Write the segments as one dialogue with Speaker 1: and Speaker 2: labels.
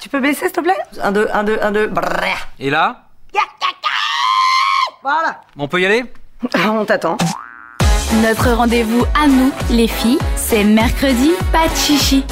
Speaker 1: Tu peux baisser, s'il te plaît Un, deux, un, deux, un, deux. Brrr.
Speaker 2: Et là
Speaker 1: Voilà.
Speaker 2: On peut y aller
Speaker 1: Ah, On t'attend.
Speaker 3: Notre rendez-vous à nous, les filles, c'est mercredi, pas de chichi.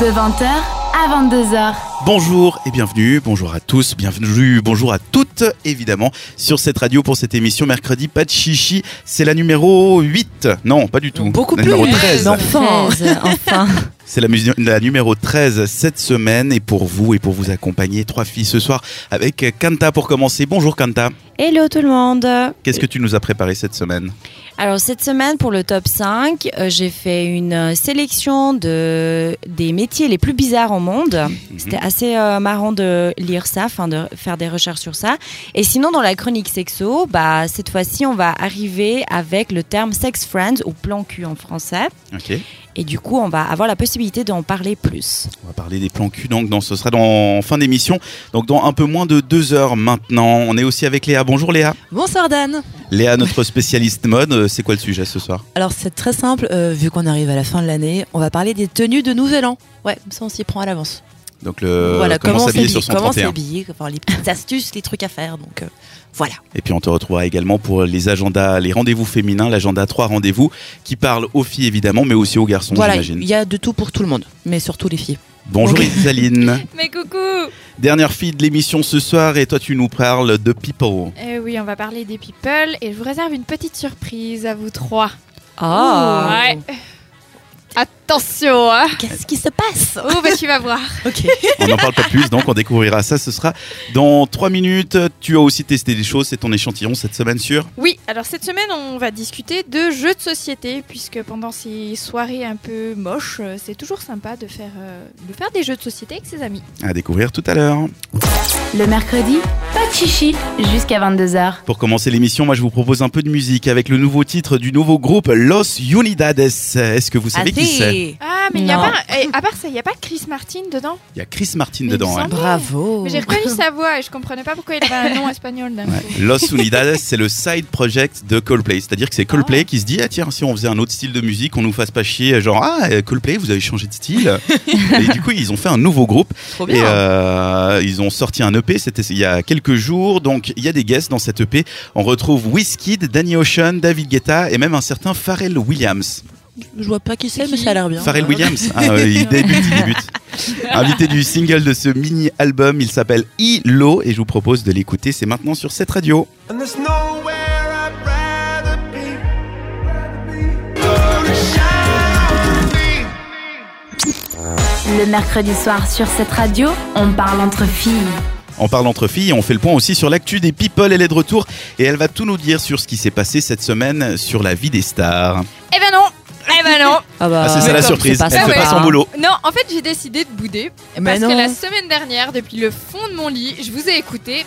Speaker 3: De 20h à 22h.
Speaker 4: Bonjour et bienvenue, bonjour à tous, bienvenue, bonjour à toutes évidemment sur cette radio pour cette émission mercredi, pas de chichi, c'est la numéro 8, non pas du tout,
Speaker 5: Beaucoup
Speaker 4: la
Speaker 5: plus.
Speaker 4: numéro 13,
Speaker 5: Enfin.
Speaker 6: enfin.
Speaker 4: c'est la, musi- la numéro 13 cette semaine et pour vous et pour vous accompagner, trois filles ce soir avec Kanta pour commencer, bonjour Kanta,
Speaker 6: Hello tout le monde.
Speaker 4: qu'est-ce que tu nous as préparé cette semaine
Speaker 6: Alors cette semaine pour le top 5, euh, j'ai fait une euh, sélection de des métiers les plus bizarres au monde. C'était assez euh, marrant de lire ça, enfin de faire des recherches sur ça. Et sinon dans la chronique sexo, bah cette fois-ci on va arriver avec le terme sex friends ou plan cul en français.
Speaker 4: Ok,
Speaker 6: Et du coup on va avoir la possibilité d'en parler plus.
Speaker 4: on va parler des plans cul donc dans, ce sera dans en fin d'émission, donc dans un peu moins de deux heures maintenant, on est aussi avec Léa, bonjour Léa,
Speaker 5: Bonsoir Dan.
Speaker 4: Léa notre spécialiste mode, euh, c'est quoi le sujet ce soir
Speaker 5: Alors c'est très simple, euh, vu qu'on arrive à la fin de l'année, on va parler des tenues de Nouvel An. Ouais, comme ça on s'y prend à l'avance.
Speaker 4: donc le,
Speaker 5: voilà,
Speaker 4: Euh, comment s'habiller sur son
Speaker 5: comment
Speaker 4: 31
Speaker 5: s'habiller, enfin, les petites astuces, les trucs à faire. Donc euh, voilà.
Speaker 4: Et puis on te retrouvera également pour les agendas, les rendez-vous féminins, l'agenda 3 rendez-vous, qui parle aux filles évidemment, mais aussi aux garçons,
Speaker 5: voilà, il
Speaker 4: j'imagine.
Speaker 5: y a de tout pour tout le monde, mais surtout les filles.
Speaker 4: Bonjour
Speaker 5: Ok.
Speaker 4: Isaline,
Speaker 7: Mais coucou
Speaker 4: dernière fille de l'émission ce soir, et toi tu nous parles de People.
Speaker 7: Eh oui, on va parler des people et je vous réserve une petite surprise à vous trois.
Speaker 6: Ah.
Speaker 7: Ouais Attention hein
Speaker 5: Qu'est-ce qui se passe
Speaker 7: Oh bah tu vas voir
Speaker 5: Ok.
Speaker 4: On n'en parle pas plus, donc on découvrira ça, ce sera dans 3 minutes. Tu as aussi testé des choses, c'est ton échantillon cette semaine sur
Speaker 7: Oui, alors cette semaine on va discuter de jeux de société puisque pendant ces soirées un peu moches, euh, c'est toujours sympa de faire, euh, de faire des jeux de société avec ses amis.
Speaker 4: à découvrir tout à l'heure.
Speaker 3: Le mercredi, pas de chichi, jusqu'à 22h.
Speaker 4: Pour commencer l'émission, moi je vous propose un peu de musique avec le nouveau titre du nouveau groupe Los Unidades. Est-ce que vous savez qui c'est
Speaker 7: Ah mais il y a
Speaker 6: Non.
Speaker 7: pas, eh, à part ça, il n'y a pas Chris Martin dedans
Speaker 4: Il y a Chris Martin
Speaker 7: Mais il me
Speaker 4: dedans. hein.
Speaker 7: semble.
Speaker 5: Bravo.
Speaker 7: Mais j'ai reconnu sa voix et je comprenais pas pourquoi il avait un nom espagnol d'un coup.
Speaker 4: Los Unidades, c'est le side project de Coldplay. C'est-à-dire que c'est Coldplay qui se dit, ah tiens, si on faisait un autre style de musique, on nous fasse pas chier, genre, ah, euh, Coldplay, vous avez changé de style. et du coup, ils ont fait un nouveau groupe.
Speaker 5: Trop
Speaker 4: Et
Speaker 5: bien.
Speaker 4: euh, ils ont sorti un EP, c'était il y a quelques jours. Donc, il y a des guests dans cet EP. On retrouve Wizkid, Danny Ocean, David Guetta et même un certain Pharrell Williams.
Speaker 5: Je vois pas qui c'est, mais ça a l'air bien.
Speaker 4: Pharrell Williams, Ah, euh, il débute, il débute. Invité du single de ce mini-album, il s'appelle E-Lo et je vous propose de l'écouter. C'est maintenant sur cette radio.
Speaker 8: And there's nowhere I'd rather be. Gonna shine on me.
Speaker 3: Le mercredi soir sur cette radio, on parle entre filles.
Speaker 4: On parle entre filles et on fait le point aussi sur l'actu des people. Elle est de retour et elle va tout nous dire sur ce qui s'est passé cette semaine sur la vie des stars.
Speaker 7: Eh ben non Eh ben non
Speaker 5: Ah, bah,
Speaker 4: Ah,
Speaker 6: Euh,
Speaker 4: c'est ça la surprise.
Speaker 5: pas
Speaker 4: Elle
Speaker 5: ça.
Speaker 4: fait pas
Speaker 7: Ah
Speaker 4: son
Speaker 7: ouais.
Speaker 4: boulot.
Speaker 7: Non, en fait, j'ai décidé de bouder
Speaker 5: Mais
Speaker 7: parce que la
Speaker 5: Eh ben non.
Speaker 7: semaine dernière, depuis le fond de mon lit, je vous ai écouté.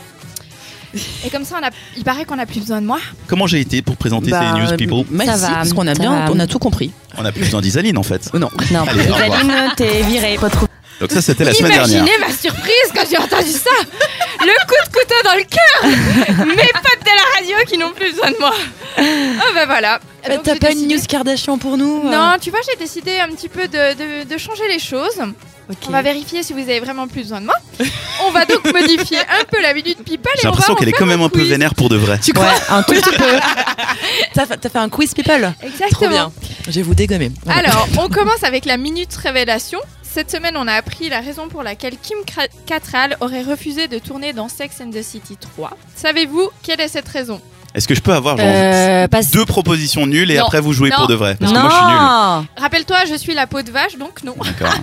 Speaker 7: Et comme ça, on a... il paraît qu'on n'a plus besoin de moi.
Speaker 4: Comment j'ai été pour présenter
Speaker 5: Bah,
Speaker 4: ces news people
Speaker 5: Merci,
Speaker 6: Ça va,
Speaker 5: parce qu'on a
Speaker 6: ça
Speaker 5: bien,
Speaker 6: va.
Speaker 5: on a tout compris.
Speaker 4: On a plus besoin d'Isaline en fait.
Speaker 5: Oh, non.
Speaker 6: Non,
Speaker 4: Allez, au revoir.
Speaker 6: Isaline, t'es virée.
Speaker 3: Retrouve
Speaker 4: Donc ça c'était la semaine dernière.
Speaker 7: Imaginez ma surprise quand j'ai entendu ça Le coup de couteau dans le cœur Mes potes de la radio qui n'ont plus besoin de moi Ah bah voilà
Speaker 5: Euh,
Speaker 7: Donc,
Speaker 5: T'as
Speaker 7: j'ai
Speaker 5: pas une
Speaker 7: décidé-
Speaker 5: news Kardashian pour nous euh
Speaker 7: Non, tu vois, j'ai décidé un petit peu de- de- de changer les choses.
Speaker 5: Ok.
Speaker 7: On va vérifier si vous avez vraiment plus besoin de moi. On va donc modifier un peu la minute people et
Speaker 4: J'ai
Speaker 7: on va
Speaker 4: l'impression
Speaker 7: en
Speaker 4: qu'elle est
Speaker 7: faire
Speaker 4: quand même un peu
Speaker 7: quiz.
Speaker 4: vénère pour de vrai.
Speaker 5: Tu crois Un tout petit peu. T'as fait, t'as fait un quiz people Trop
Speaker 7: Exactement.
Speaker 5: bien. Je vais vous dégommer. Voilà.
Speaker 7: Alors, on commence avec la minute révélation. Cette semaine, on a appris la raison pour laquelle Kim Kra- Cattrall aurait refusé de tourner dans Sex and the City 3. Savez-vous quelle est cette raison
Speaker 4: Est-ce que je peux avoir genre,
Speaker 6: Euh, parce-
Speaker 4: deux propositions nulles et
Speaker 7: Non.
Speaker 4: après vous jouez
Speaker 7: Non.
Speaker 4: pour de vrai Parce que
Speaker 6: non.
Speaker 4: moi je suis nul.
Speaker 7: Rappelle-toi, je suis la peau de vache, donc non. Ah,
Speaker 4: D'accord.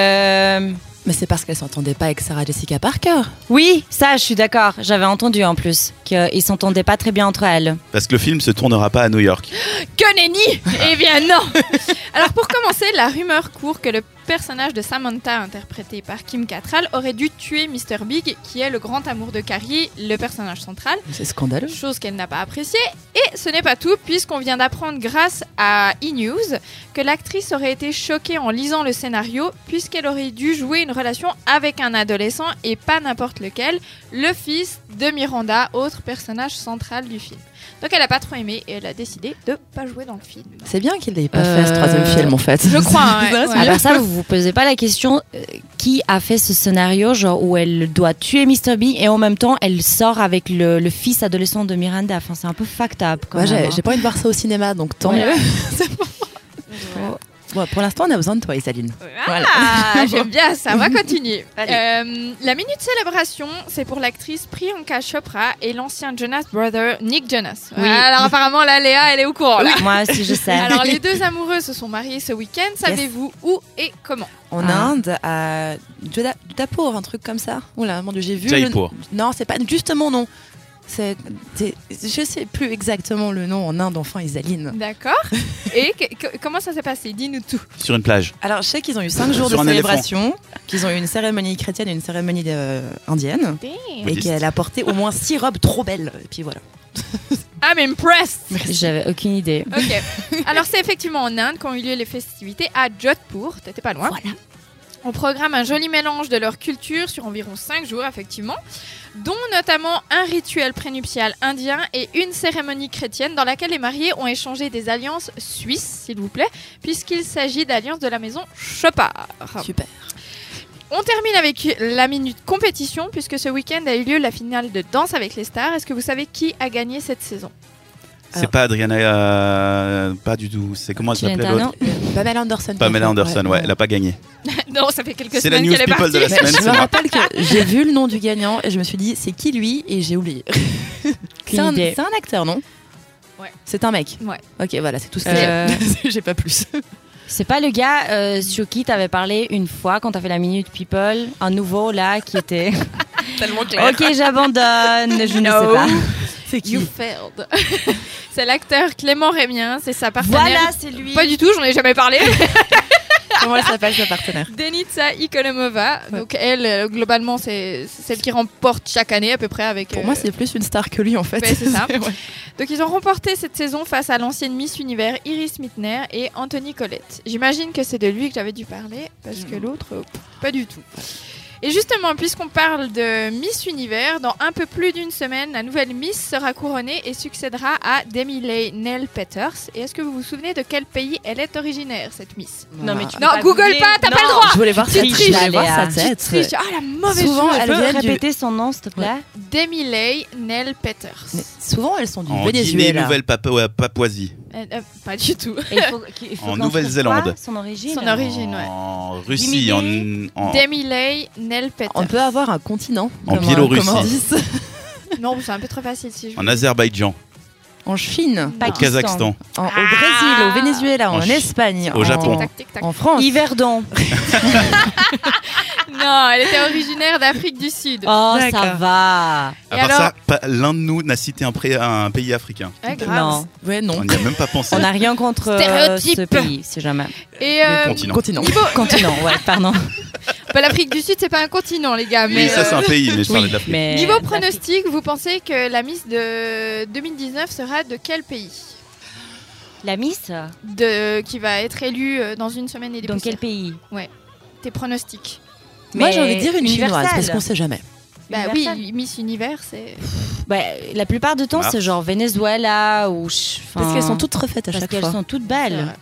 Speaker 6: Euh,
Speaker 5: Mais c'est parce qu'elle s'entendait pas avec Sarah Jessica Parker.
Speaker 6: Oui, ça, je suis d'accord. J'avais entendu en plus qu'ils s'entendaient pas très bien entre elles.
Speaker 4: Parce que le film se tournera pas à New York.
Speaker 7: Que nenni Eh bien non Alors pour commencer, la rumeur court que le personnage de Samantha interprété par Kim Cattrall aurait dû tuer Mr Big, qui est le grand amour de Carrie, le personnage central.
Speaker 5: C'est scandaleux.
Speaker 7: chose qu'elle n'a pas appréciée. Et ce n'est pas tout, puisqu'on vient d'apprendre grâce à E-News que l'actrice aurait été choquée en lisant le scénario, puisqu'elle aurait dû jouer une relation avec un adolescent et pas n'importe lequel, le fils de Miranda, autre personnage central du film. Donc elle n'a pas trop aimé et elle a décidé de pas jouer dans le film.
Speaker 5: C'est bien qu'il n'ait pas fait ce troisième film en fait.
Speaker 7: Je crois, hein,
Speaker 5: Ça,
Speaker 7: ouais.
Speaker 5: c'est
Speaker 7: Ah
Speaker 6: Alors
Speaker 5: bien.
Speaker 6: ça, vous vous posez pas la question euh, qui a fait ce scénario, genre où elle doit tuer Mr. B et en même temps elle sort avec le, le fils adolescent de Miranda. Enfin, c'est un peu fucked up quand
Speaker 5: Moi,
Speaker 6: même,
Speaker 5: j'ai
Speaker 6: hein.
Speaker 5: j'ai pas envie de voir ça au cinéma, donc tant
Speaker 7: Voilà.
Speaker 5: mieux. Bon, pour l'instant, on a besoin de toi, Isaline.
Speaker 7: Ah, j'aime bien ça, on va continuer. Euh, la minute célébration, c'est pour l'actrice Priyanka Chopra et l'ancien Jonas Brother Nick Jonas. Ah,
Speaker 6: Oui.
Speaker 7: Alors apparemment là, Léa, elle est au courant. là.
Speaker 6: Moi aussi, je sais.
Speaker 7: Alors les deux amoureux se sont mariés ce week-end, savez-vous où et comment
Speaker 5: En
Speaker 6: Ah.
Speaker 5: Inde, à Joda- Jodhpur, un truc comme ça. Oula, mon dieu, j'ai vu. le-
Speaker 4: Jaipur.
Speaker 5: Non, c'est pas justement non. C'est, c'est- je sais plus exactement le nom en Inde, enfin Isaline.
Speaker 7: D'accord. Et que- que- comment ça s'est passé Dis-nous tout.
Speaker 4: sur une plage.
Speaker 5: Alors, je sais qu'ils ont eu 5 jours
Speaker 4: Sur
Speaker 5: de
Speaker 4: un éléphant.
Speaker 5: célébration, qu'ils ont eu une cérémonie chrétienne et une cérémonie euh, indienne, et
Speaker 4: Bouddhiste.
Speaker 5: qu'elle a porté au moins 6 robes trop belles. Et puis voilà.
Speaker 7: I'm impressed.
Speaker 6: J'avais aucune idée.
Speaker 7: Ok. Alors c'est effectivement en Inde qu'ont eu lieu les festivités à Jodhpur. T'étais pas loin.
Speaker 5: Voilà.
Speaker 7: On programme un joli mélange de leur culture sur environ 5 jours, effectivement, dont notamment un rituel prénuptial indien et une cérémonie chrétienne dans laquelle les mariés ont échangé des alliances suisses, s'il vous plaît, puisqu'il s'agit d'alliances de la maison Chopard.
Speaker 5: Super.
Speaker 7: On termine avec la minute compétition, puisque ce week-end a eu lieu la finale de Danse avec les stars. Est-ce que vous savez qui a gagné cette saison
Speaker 4: C'est
Speaker 5: Alors-
Speaker 4: pas Adriana, euh, pas du tout. C'est comment elle s'appelait
Speaker 6: Celentano.
Speaker 4: l'autre
Speaker 5: euh, Pamela Anderson.
Speaker 4: Pamela Anderson, ouais, elle a pas gagné.
Speaker 7: Non, ça fait quelques
Speaker 4: C'est la
Speaker 7: semaines
Speaker 4: news
Speaker 7: qu'elle est
Speaker 4: people
Speaker 7: partie.
Speaker 4: de la semaine,
Speaker 5: Je
Speaker 4: c'est
Speaker 5: me
Speaker 4: moi.
Speaker 5: rappelle que j'ai vu le nom du gagnant et je me suis dit c'est qui lui et j'ai oublié. C'est
Speaker 6: Aucune
Speaker 5: un,
Speaker 6: idée.
Speaker 5: c'est un acteur non
Speaker 7: Ouais.
Speaker 5: C'est un mec.
Speaker 7: Ouais.
Speaker 5: Ok voilà c'est tout ce que
Speaker 6: Euh,
Speaker 5: j'ai. j'ai pas plus.
Speaker 6: C'est pas le gars euh, sur qui t'avais parlé une fois quand t'as fait la Minute People, un nouveau là qui était.
Speaker 5: Tellement
Speaker 6: ok, j'abandonne, je ne
Speaker 7: No.
Speaker 6: sais pas.
Speaker 5: C'est qui
Speaker 7: You failed. c'est l'acteur Clément Rémien, c'est sa partenaire.
Speaker 6: Voilà, c'est lui.
Speaker 7: Pas du tout, j'en ai jamais parlé.
Speaker 5: Comment elle s'appelle sa partenaire
Speaker 7: Denitsa Ikonomova. Donc elle, euh, globalement, c'est c'est celle qui remporte chaque année à peu près avec.
Speaker 5: Pour
Speaker 7: euh,
Speaker 5: moi c'est plus une star que lui en fait.
Speaker 7: Ouais, c'est ça.
Speaker 5: Ouais.
Speaker 7: Donc ils ont remporté cette saison face à l'ancienne Miss Univers Iris Mittner et Anthony Collette. J'imagine que c'est de lui que j'avais dû parler parce
Speaker 5: Mm.
Speaker 7: que l'autre, euh, pff, pas du tout. Et justement, puisqu'on parle de Miss Univers, dans un peu plus d'une semaine, la nouvelle Miss sera couronnée et succédera à Demileigh Nell Peters. Et est-ce que vous vous souvenez de quel pays elle est originaire, cette Miss
Speaker 5: Non, mais tu
Speaker 7: Non, Google pas, t'as pas le droit
Speaker 5: Je voulais voir
Speaker 6: Tu
Speaker 5: sa
Speaker 6: triches,
Speaker 5: je voulais voir
Speaker 6: Léa.
Speaker 5: sa
Speaker 6: Tu
Speaker 5: tête.
Speaker 7: Triche. Ah, la mauvaise
Speaker 5: Souvent,
Speaker 7: chose
Speaker 5: elle
Speaker 6: peux
Speaker 5: vient du-
Speaker 6: répéter son nom, s'il te plaît
Speaker 7: Demileigh Nell Peters.
Speaker 5: Mais souvent elles sont du
Speaker 4: En Guinée,
Speaker 5: Venezuela.
Speaker 4: Nouvelle Papo- Papouasie.
Speaker 7: Euh, euh, pas du tout.
Speaker 6: Et il faut- il faut
Speaker 4: En
Speaker 6: qu'on trouve
Speaker 4: Nouvelle-Zélande.
Speaker 6: quoi Son origine
Speaker 7: Son origine, ouais.
Speaker 4: En Russie, en, en-
Speaker 7: Demileigh Nell Peters.
Speaker 5: On peut avoir un continent.
Speaker 4: En
Speaker 5: comme un-
Speaker 4: Biélorussie.
Speaker 5: comme un indice.
Speaker 7: Non, c'est un peu trop facile si je.
Speaker 4: en Azerbaïdjan,
Speaker 5: En Chine.
Speaker 4: au
Speaker 6: Pakistan.
Speaker 4: Kazakhstan,
Speaker 5: en- au
Speaker 7: Ah.
Speaker 5: Brésil. Au Venezuela.
Speaker 4: En
Speaker 5: En,
Speaker 4: Chine.
Speaker 5: Espagne.
Speaker 4: Au
Speaker 5: en-
Speaker 4: Japon.
Speaker 7: Tac, tic, tac.
Speaker 5: En France.
Speaker 6: Yverdon.
Speaker 7: Ah, Non, elle était originaire d'Afrique du Sud.
Speaker 6: Oh, ça
Speaker 5: D'accord.
Speaker 6: va.
Speaker 4: À
Speaker 7: Et
Speaker 4: part
Speaker 7: alors
Speaker 4: ça, pas- l'un de nous n'a cité un, pré- un pays africain.
Speaker 7: Ouais, grave.
Speaker 6: Non,
Speaker 5: Ouais non.
Speaker 4: On n'y a même pas pensé.
Speaker 6: on n'a rien contre euh, ce
Speaker 7: Stéréotype.
Speaker 6: pays, si jamais.
Speaker 7: Et euh,
Speaker 4: continent.
Speaker 5: Continent.
Speaker 7: niveau,
Speaker 6: Continent, ouais, pardon.
Speaker 7: bah, l'Afrique du Sud, c'est pas un continent, les gars. Mais
Speaker 4: oui, ça c'est
Speaker 7: euh,
Speaker 4: un pays, mais je parlais de l'Afrique.
Speaker 6: mais-
Speaker 7: niveau pronostic, vous pensez que la Miss de 2019 sera de quel pays
Speaker 6: La Miss euh,
Speaker 7: De qui va être élue euh, dans une semaine et des
Speaker 6: Dans quel
Speaker 7: poussières.
Speaker 6: pays
Speaker 7: Tes pronostics.
Speaker 5: Moi
Speaker 6: Mais
Speaker 5: j'ai envie de dire une chinoise
Speaker 6: universelle.
Speaker 5: parce qu'on sait jamais.
Speaker 7: Bah oui,
Speaker 6: Universelle.
Speaker 7: Miss Univers, c'est.
Speaker 6: Bah, la plupart du temps,
Speaker 4: Mars.
Speaker 6: c'est genre Venezuela ou. ch-
Speaker 5: Parce
Speaker 6: enfin,
Speaker 5: Oh. qu'elles sont toutes refaites à
Speaker 6: Parce
Speaker 5: chaque
Speaker 6: qu'elles
Speaker 5: fois.
Speaker 6: sont toutes belles.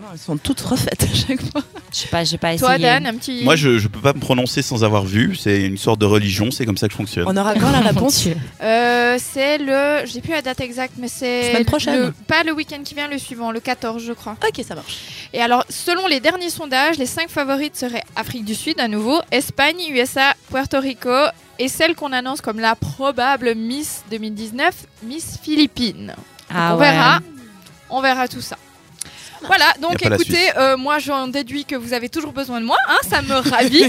Speaker 5: Non, elles sont toutes refaites à chaque fois.
Speaker 6: Je sais pas, j'ai pas essayé.
Speaker 7: Toi, Dan, un petit.
Speaker 4: Moi, je, je peux pas me prononcer sans avoir vu. C'est une sorte de religion. C'est comme ça que je fonctionne.
Speaker 5: On aura quand la réponse
Speaker 7: Euh, c'est le. J'ai plus la date exacte, mais c'est.
Speaker 5: Semaine prochaine.
Speaker 7: le- Pas le week-end qui vient, le suivant, le 14, je crois.
Speaker 5: Ok, ça marche.
Speaker 7: Et alors, selon les derniers sondages, les cinq favorites seraient Afrique du Sud à nouveau, Espagne, USA, Puerto Rico et celle qu'on annonce comme la probable Miss 2019, Miss Philippines.
Speaker 6: Ah
Speaker 7: on
Speaker 6: ouais.
Speaker 7: verra, on verra tout ça. Voilà, donc
Speaker 4: Y a pas la
Speaker 7: écoutez,
Speaker 4: Suisse.
Speaker 7: euh, moi j'en déduis que vous avez toujours besoin de moi, hein, ça me ravit.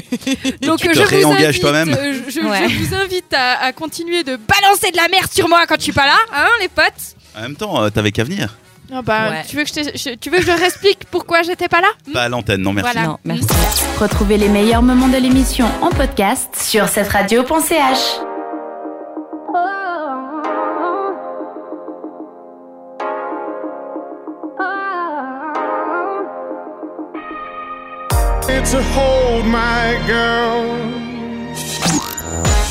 Speaker 7: donc
Speaker 4: tu
Speaker 7: euh,
Speaker 4: te
Speaker 7: je, vous
Speaker 4: réengages
Speaker 7: invite,
Speaker 4: toi-même.
Speaker 7: euh, je, je- je
Speaker 6: Ouais.
Speaker 7: vous invite à, à continuer de balancer de la merde sur moi quand je suis pas là, hein, les potes.
Speaker 4: En même temps, euh, t'avais qu'à venir.
Speaker 7: Ah bah,
Speaker 6: Ouais.
Speaker 7: tu, veux que je te- je- tu veux que je réexplique pourquoi j'étais pas là Hmm
Speaker 4: Pas à l'antenne, non Bah, merci.
Speaker 7: Voilà.
Speaker 6: Non, merci.
Speaker 3: Retrouvez les meilleurs moments de l'émission en podcast sur cette radio.ch.
Speaker 8: To hold my girl.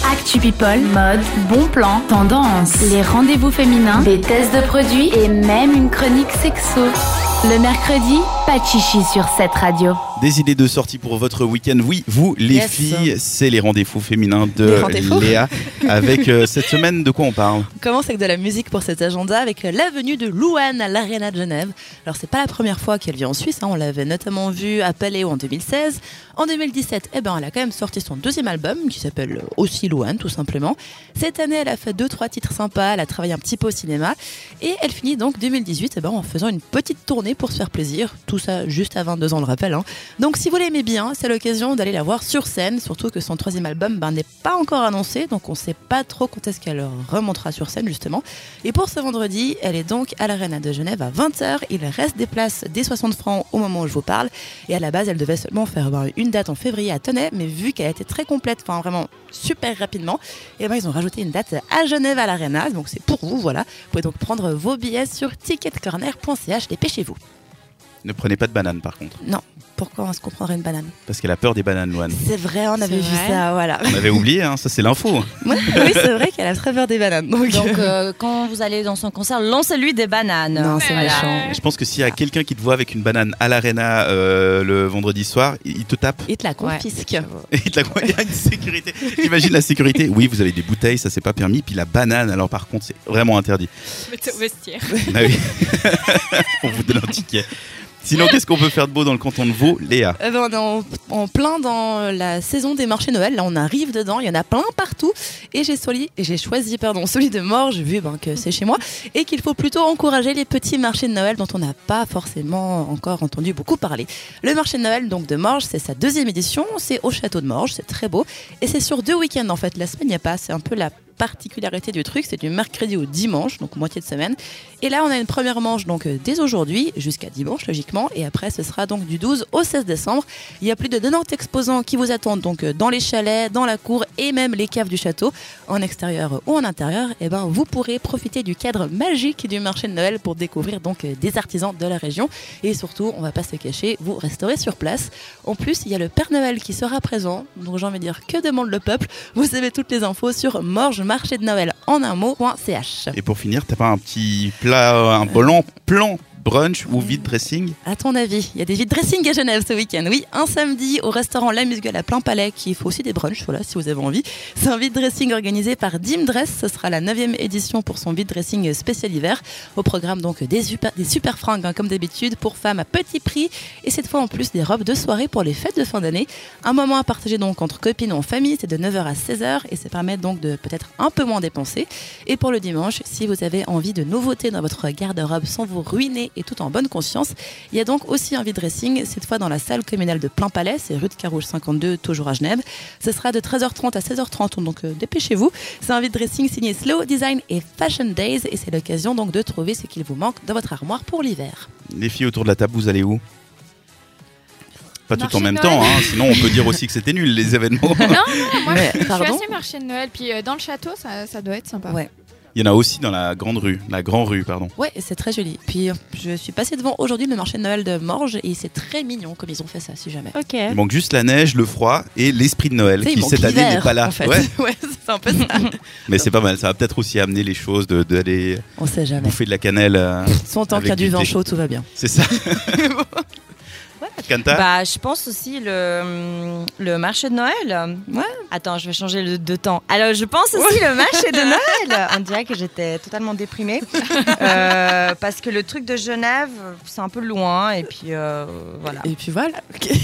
Speaker 3: Actu People, mode, bon plan, tendance, les rendez-vous féminins, des tests de produits et même une chronique sexo. Le mercredi, Pas de chichi sur cette radio.
Speaker 4: Des idées de sortie pour votre week-end. Oui, vous, les
Speaker 5: Yes.
Speaker 4: filles, c'est les rendez-vous féminins de
Speaker 5: Les rendez-vous.
Speaker 4: Léa. Avec euh, cette semaine, de quoi on parle
Speaker 5: On commence avec de la musique pour cet agenda avec l'avenue de Louane à l'Arena de Genève. Alors c'est pas la première fois qu'elle vient en Suisse, hein. on l'avait notamment vue à Paléo en 2016. En 2017, eh ben, elle a quand même sorti son deuxième album qui s'appelle aussi Louane tout simplement. Cette année, elle a fait deux trois titres sympas, elle a travaillé un petit peu au cinéma et elle finit donc 2018 eh ben, en faisant une petite tournée pour se faire plaisir. Tout ça juste à 22 ans, on le rappelle. hein. Donc si vous l'aimez bien, c'est l'occasion d'aller la voir sur scène, surtout que son troisième album ben, n'est pas encore annoncé, donc on ne sait pas trop quand est-ce qu'elle remontera sur scène justement. Et pour ce vendredi, elle est donc à l'Arena de Genève à 20h, il reste des places des 60 francs au moment où je vous parle, et à la base elle devait seulement faire ben, une date en février à Tenay, mais vu qu'elle a été très complète, enfin vraiment super rapidement, et ben, ils ont rajouté une date à Genève à l'Arena, donc c'est pour vous, voilà. Vous pouvez donc prendre vos billets sur ticketcorner.ch, dépêchez-vous.
Speaker 4: Ne prenez pas de banane, par contre.
Speaker 5: Pourquoi on se comprendrait une banane
Speaker 4: Parce qu'elle a peur des bananes, Loane.
Speaker 5: C'est vrai, on avait
Speaker 6: C'est
Speaker 5: vu
Speaker 6: vrai.
Speaker 5: ça, voilà.
Speaker 4: On avait oublié, hein, ça c'est l'info.
Speaker 5: Ouais, oui, c'est vrai qu'elle a très peur des bananes. Donc, euh,
Speaker 6: Donc, euh, quand vous allez dans son concert, lancez-lui des bananes.
Speaker 5: Non, c'est
Speaker 6: Voilà.
Speaker 5: méchant.
Speaker 4: Je pense que s'il y a quelqu'un qui te voit avec une banane à l'arena euh, le vendredi soir, il te tape.
Speaker 5: il te la confisque.
Speaker 4: Et il te la il y a une sécurité. T'imagines la sécurité Oui, vous avez des bouteilles, ça c'est pas permis. Puis la banane, alors par contre, c'est vraiment interdit.
Speaker 7: Mettez au vestiaire.
Speaker 4: Bah oui. On vous donne un ticket. Sinon, qu'est-ce qu'on peut faire de beau dans le canton de Vaud, Léa
Speaker 5: Eh ben, on est en, en plein dans euh, la saison des marchés Noël. Là, on arrive dedans. Il y en a plein partout. Et j'ai soli- et j'ai choisi pardon, celui de Morges, vu ben, que c'est chez moi, et qu'il faut plutôt encourager les petits marchés de Noël dont on n'a pas forcément encore entendu beaucoup parler. Le marché de Noël donc de Morges, c'est sa deuxième édition. C'est au château de Morges. C'est très beau. Et c'est sur deux week-ends en fait. La semaine, il n'y a pas. C'est un peu la particularité du truc, c'est du mercredi au dimanche, donc moitié de semaine. Et là, on a une première manche donc euh, dès aujourd'hui jusqu'à dimanche logiquement, et après ce sera donc du 12 au 16 décembre. Il y a plus de 90 exposants qui vous attendent donc euh, dans les chalets, dans la cour et même les caves du château, en extérieur ou en intérieur. Et ben, vous pourrez profiter du cadre magique du marché de Noël pour découvrir donc euh, des artisans de la région et surtout, on va pas se cacher, vous resterez sur place. En plus, il y a le Père Noël qui sera présent. Donc j'ai envie de dire que demande le peuple. Vous avez toutes les infos sur Morges Marché de Noël en un mot.ch.
Speaker 4: Et pour finir, t'as pas un petit plat, euh, un blanc, plan brunch ou vide dressing
Speaker 5: À ton avis, il y a des vides dressing à Genève ce week-end. Oui, un samedi au restaurant La Musgueule à plein palais, qui fait aussi des brunchs, voilà, si vous avez envie. C'est un vide dressing organisé par Dim Dress. Ce sera la 9 édition pour son vide dressing spécial hiver. Au programme, donc, des super, des super fringues, hein, comme d'habitude, pour femmes à petit prix. Et cette fois, en plus, des robes de soirée pour les fêtes de fin d'année. Un moment à partager, donc, entre copines ou en famille. C'est de 9h à 16h et ça permet donc de peut-être un peu moins dépenser. Et pour le dimanche, si vous avez envie de nouveautés dans votre garde-robe sans vous ruiner et tout en bonne conscience, il y a donc aussi un vide-dressing, cette fois dans la salle communale de Plein Palais, c'est rue de Carouge 52, toujours à Genève. Ce sera de 13h30 à 16h30, donc euh, dépêchez-vous. C'est un vide-dressing signé Slow Design et Fashion Days, et c'est l'occasion donc de trouver ce qu'il vous manque dans votre armoire pour l'hiver.
Speaker 4: Les filles autour de la table, vous allez où Pas tout
Speaker 7: Marché
Speaker 4: en même
Speaker 7: de
Speaker 4: temps,
Speaker 7: Noël.
Speaker 4: hein, sinon on peut dire aussi que c'était nul les événements.
Speaker 7: non, non,
Speaker 5: Mais,
Speaker 7: moi je, suis- je suis
Speaker 5: pardon
Speaker 7: assez marché de Noël. Puis euh, dans le château, ça, ça doit être sympa.
Speaker 5: Ouais.
Speaker 4: Il y en a aussi dans la grande rue, la grand rue, pardon.
Speaker 5: Ouais, et c'est très joli. Puis euh, je suis passée devant aujourd'hui le marché de Noël de Morges, et c'est très mignon comme ils ont fait ça, si jamais.
Speaker 6: Ok.
Speaker 4: Il manque juste la neige, le froid et l'esprit de Noël
Speaker 5: Tu sais, il
Speaker 4: qui
Speaker 5: manque
Speaker 4: cette année
Speaker 5: l'hiver,
Speaker 4: n'est pas là.
Speaker 5: En fait.
Speaker 4: Ouais,
Speaker 5: ouais c'est un peu ça.
Speaker 4: mais c'est pas mal, ça va peut-être aussi amener les choses de- d'aller
Speaker 5: On sait jamais.
Speaker 4: bouffer de la cannelle. euh,
Speaker 5: Soit en tant
Speaker 4: Avec
Speaker 5: qu'il y a du
Speaker 4: du
Speaker 5: vin
Speaker 4: thé.
Speaker 5: chaud, tout va bien.
Speaker 4: c'est ça. Kanta
Speaker 6: Bah, je pense aussi le, le marché de Noël.
Speaker 5: Ouais.
Speaker 6: Attends, je vais changer le- de temps. Alors, je pense aussi le marché de Noël. On dirait que j'étais totalement déprimée. Euh, parce que le truc de Genève, c'est un peu loin. Et puis, euh, voilà.
Speaker 5: Et puis voilà. Ah, Ok.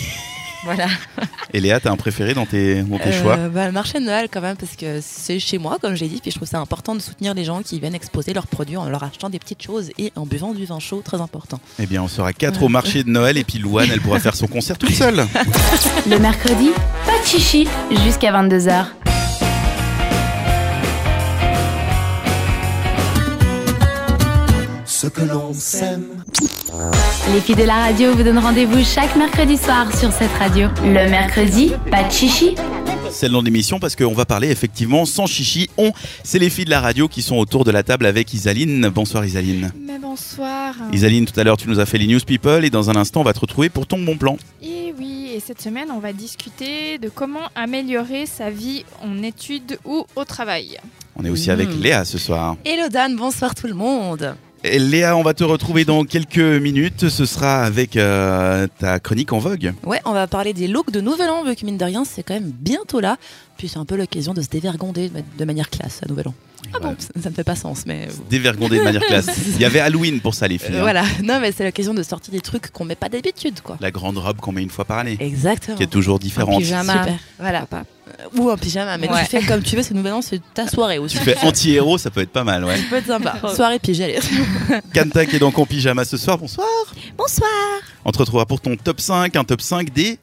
Speaker 6: voilà.
Speaker 4: Et Léa, t'as un préféré dans tes, dans tes
Speaker 5: Euh,
Speaker 4: choix
Speaker 5: bah, Le marché de Noël quand même, parce que c'est chez moi, comme j'ai dit, puis je trouve ça important de soutenir les gens qui viennent exposer leurs produits en leur achetant des petites choses et en buvant du vin chaud, très important.
Speaker 4: Eh bien, on sera quatre au marché de Noël et puis Louane, elle pourra faire son concert toute seule.
Speaker 3: Le mercredi, pas de chichi jusqu'à 22h.
Speaker 2: ce que l'on s'aime.
Speaker 3: Les filles de la radio vous donnent rendez-vous chaque mercredi soir sur cette radio. Le mercredi, pas de chichi.
Speaker 4: C'est le nom de l'émission parce qu'on va parler effectivement sans chichi. On, c'est les filles de la radio qui sont autour de la table avec Isaline. Bonsoir Isaline.
Speaker 7: Mais bonsoir.
Speaker 4: Isaline, tout à l'heure, tu nous as fait les news people et dans un instant, on va te retrouver pour ton bon plan.
Speaker 7: Et oui, et cette semaine, on va discuter de comment améliorer sa vie en études ou au travail.
Speaker 4: On est aussi avec
Speaker 5: Mhm.
Speaker 4: Léa ce soir.
Speaker 5: Hello Dan, bonsoir tout le monde.
Speaker 4: Et Léa, on va te retrouver dans quelques minutes. Ce sera avec euh, ta chronique en vogue.
Speaker 5: Ouais, on va parler des looks de Nouvel An, vu que mine de rien, c'est quand même bientôt là. Puis c'est un peu l'occasion de se dévergonder de- de manière classe à Nouvel An. Ah
Speaker 4: bon
Speaker 5: Ça, ça ne fait pas sens, mais.
Speaker 4: Dévergondée de manière classe. Il y avait Halloween pour ça, les filles.
Speaker 5: Euh,
Speaker 4: hein.
Speaker 5: voilà, non, mais c'est l'occasion de sortir des trucs qu'on met pas d'habitude, quoi.
Speaker 4: La grande robe qu'on met une fois par année,
Speaker 5: Exactement.
Speaker 4: qui est toujours différente.
Speaker 6: pyjama.
Speaker 5: Super. Voilà. Ou un pyjama, mais
Speaker 6: Ouais.
Speaker 5: tu fais comme tu veux, c'est Nouvel An, c'est ta soirée aussi.
Speaker 4: Tu fais anti-héros, ça peut être pas mal, ouais.
Speaker 5: Ça peut être sympa. soirée pyjama.
Speaker 4: Kanta qui est donc en pyjama ce soir, bonsoir.
Speaker 6: Bonsoir.
Speaker 4: On te retrouvera pour ton top 5, un top 5 des...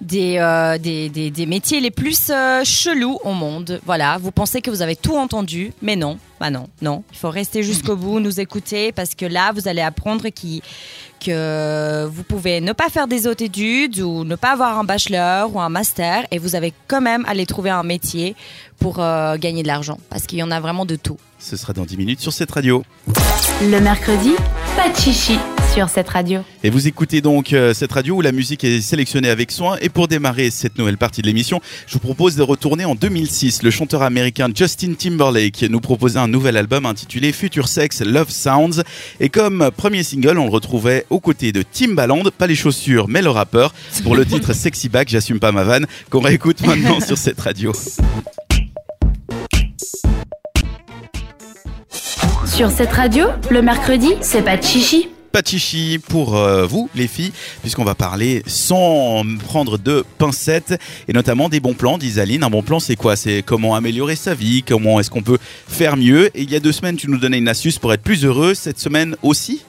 Speaker 6: Des, euh, des, des, des métiers les plus euh, chelous au monde. Voilà, vous pensez que vous avez tout entendu, mais non, bah non, non. Il faut rester jusqu'au bout, nous écouter, parce que là, vous allez apprendre qui, que vous pouvez ne pas faire des hautes études ou ne pas avoir un bachelor ou un master, et vous avez quand même à aller trouver un métier pour euh, gagner de l'argent, parce qu'il y en a vraiment de tout.
Speaker 4: Ce sera dans 10 minutes sur cette radio.
Speaker 3: Le mercredi, pas de chichi sur cette radio.
Speaker 4: Et vous écoutez donc euh, cette radio où la musique est sélectionnée avec soin. Et pour démarrer cette nouvelle partie de l'émission, je vous propose de retourner en 2006. Le chanteur américain Justin Timberlake nous proposait un nouvel album intitulé Future Sex Love Sounds. Et comme premier single, on le retrouvait aux côtés de Timbaland, pas les chaussures, mais le rappeur, pour le titre Sexy Back, j'assume pas ma vanne, qu'on réécoute maintenant sur cette radio.
Speaker 3: Sur cette radio, le mercredi, c'est pas de chichi.
Speaker 4: Pas de chichi pour euh, vous, les filles, puisqu'on va parler sans prendre de pincettes et notamment des bons plans d'Isaline. Un bon plan, c'est quoi C'est comment améliorer sa vie, comment est-ce qu'on peut faire mieux. Et il y a deux semaines, tu nous donnais une astuce pour être plus heureux. Cette semaine aussi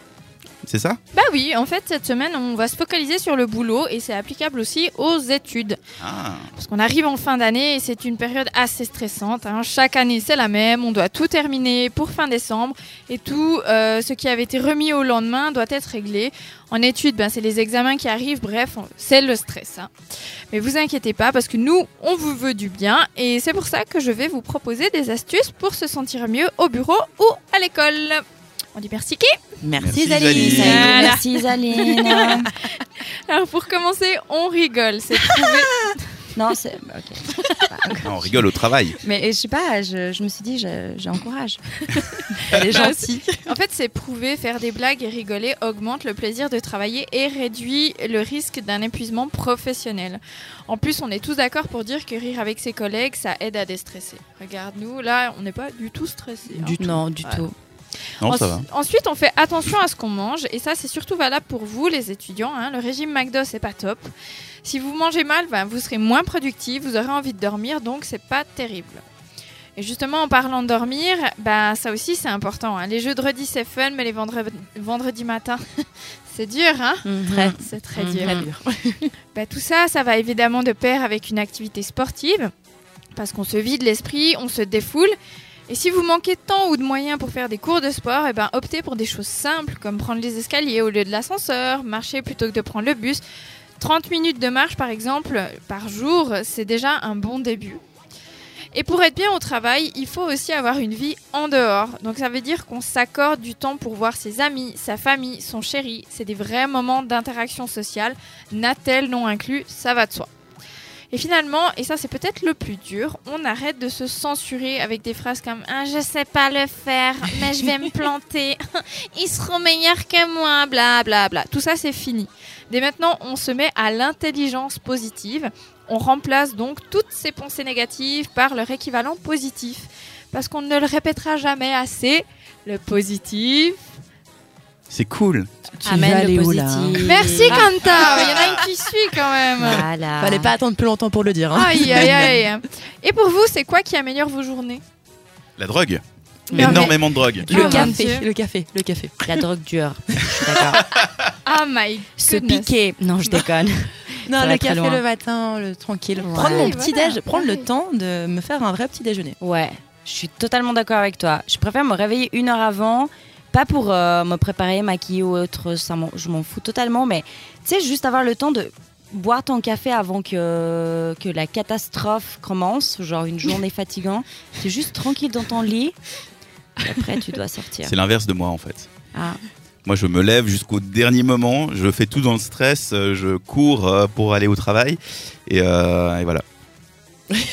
Speaker 4: C'est ça
Speaker 7: Bah oui, en fait, cette semaine, on va se focaliser sur le boulot et c'est applicable aussi aux études.
Speaker 4: Ah,
Speaker 7: Parce qu'on arrive en fin d'année et c'est une période assez stressante. hein. Chaque année, c'est la même. On doit tout terminer pour fin décembre et tout euh, ce qui avait été remis au lendemain doit être réglé. En études, ben, c'est les examens qui arrivent. Bref, on- c'est le stress. hein. Mais vous inquiétez pas parce que nous, on vous veut du bien et c'est pour ça que je vais vous proposer des astuces pour se sentir mieux au bureau ou à l'école. On dit merci qui
Speaker 4: Merci,
Speaker 5: Merci,
Speaker 4: Zaline.
Speaker 5: Zaline.
Speaker 7: Voilà.
Speaker 6: Merci, Zaline.
Speaker 7: Alors pour commencer, on rigole. C'est trouver-
Speaker 6: non, c'est. ok.
Speaker 4: on rigole au travail.
Speaker 6: Mais je sais pas, je, je me suis dit, je- j'encourage.
Speaker 5: Elle est gentille.
Speaker 7: En fait, c'est prouvé, faire des blagues et rigoler augmente le plaisir de travailler et réduit le risque d'un épuisement professionnel. En plus, on est tous d'accord pour dire que rire avec ses collègues, ça aide à déstresser. Regarde-nous, là, on n'est pas du tout stressé. hein.
Speaker 6: Non, du
Speaker 7: Voilà.
Speaker 6: tout.
Speaker 4: Non, ça
Speaker 7: Ensu-
Speaker 4: va.
Speaker 7: Ensuite, on fait attention à ce qu'on mange, et ça, c'est surtout valable pour vous, les étudiants. hein. Le régime McDo, c'est pas top. Si vous mangez mal, ben, vous serez moins productif, vous aurez envie de dormir, donc c'est pas terrible. Et justement, en parlant de dormir, ben, ça aussi, c'est important. hein. Les jeux de redis, c'est fun, mais les vendredis vendredi matin, c'est dur, hein
Speaker 5: Très.
Speaker 7: C'est très
Speaker 5: Mhm.
Speaker 7: dur.
Speaker 5: Très dur.
Speaker 7: Bah, tout ça, ça va évidemment de pair avec une activité sportive, parce qu'on se vide l'esprit, on se défoule. Et si vous manquez de temps ou de moyens pour faire des cours de sport, eh ben, optez pour des choses simples comme prendre les escaliers au lieu de l'ascenseur, marcher plutôt que de prendre le bus. 30 minutes de marche par exemple par jour, c'est déjà un bon début. Et pour être bien au travail, il faut aussi avoir une vie en dehors. Donc ça veut dire qu'on s'accorde du temps pour voir ses amis, sa famille, son chéri. C'est des vrais moments d'interaction sociale Natel non inclus, ça va de soi. Et finalement, et ça c'est peut-être le plus dur, on arrête de se censurer avec des phrases comme ah, je sais pas le faire, mais je vais me planter, ils seront meilleurs que moi, bla bla bla. Tout ça c'est fini. Dès maintenant, on se met à l'intelligence positive. On remplace donc toutes ces pensées négatives par leur équivalent positif. Parce qu'on ne le répétera jamais assez, le positif.
Speaker 4: C'est cool.
Speaker 5: Tu vas aller où, là
Speaker 7: Merci Kanta, il y en a une qui suit quand même.
Speaker 6: Voilà.
Speaker 5: Fallait pas attendre plus longtemps pour le dire. hein.
Speaker 7: Aïe, aïe, aïe. Et pour vous, c'est quoi qui améliore vos journées
Speaker 4: La drogue.
Speaker 7: Non, mais-
Speaker 4: Énormément de drogue.
Speaker 7: Ah,
Speaker 5: Le
Speaker 7: mon
Speaker 5: café,
Speaker 7: Dieu.
Speaker 5: le café, le café.
Speaker 6: La drogue dure. Je suis d'accord.
Speaker 7: Ah my
Speaker 6: Se
Speaker 7: goodness.
Speaker 6: piquer. Non, je déconne.
Speaker 5: Non,
Speaker 6: Ça va
Speaker 5: le
Speaker 6: très
Speaker 5: café
Speaker 6: loin.
Speaker 5: le matin, le tranquille.
Speaker 6: Ouais.
Speaker 5: Prendre mon
Speaker 7: Oui,
Speaker 5: petit
Speaker 7: voilà.
Speaker 5: déj, prendre le
Speaker 7: Oui.
Speaker 5: temps de me faire un vrai petit déjeuner.
Speaker 6: Ouais, je suis totalement d'accord avec toi. Je préfère me réveiller une heure avant, pas pour euh, me préparer, maquiller ou autre, ça m'en- je m'en fous totalement, mais tu sais, juste avoir le temps de boire ton café avant que, que la catastrophe commence, genre une journée fatigante. T'es juste tranquille dans ton lit. Et après, tu dois sortir.
Speaker 4: C'est l'inverse de moi en fait.
Speaker 6: Ah.
Speaker 4: Moi, je me lève jusqu'au dernier moment, je fais tout dans le stress, euh, je cours euh, pour aller au travail et, euh, et voilà.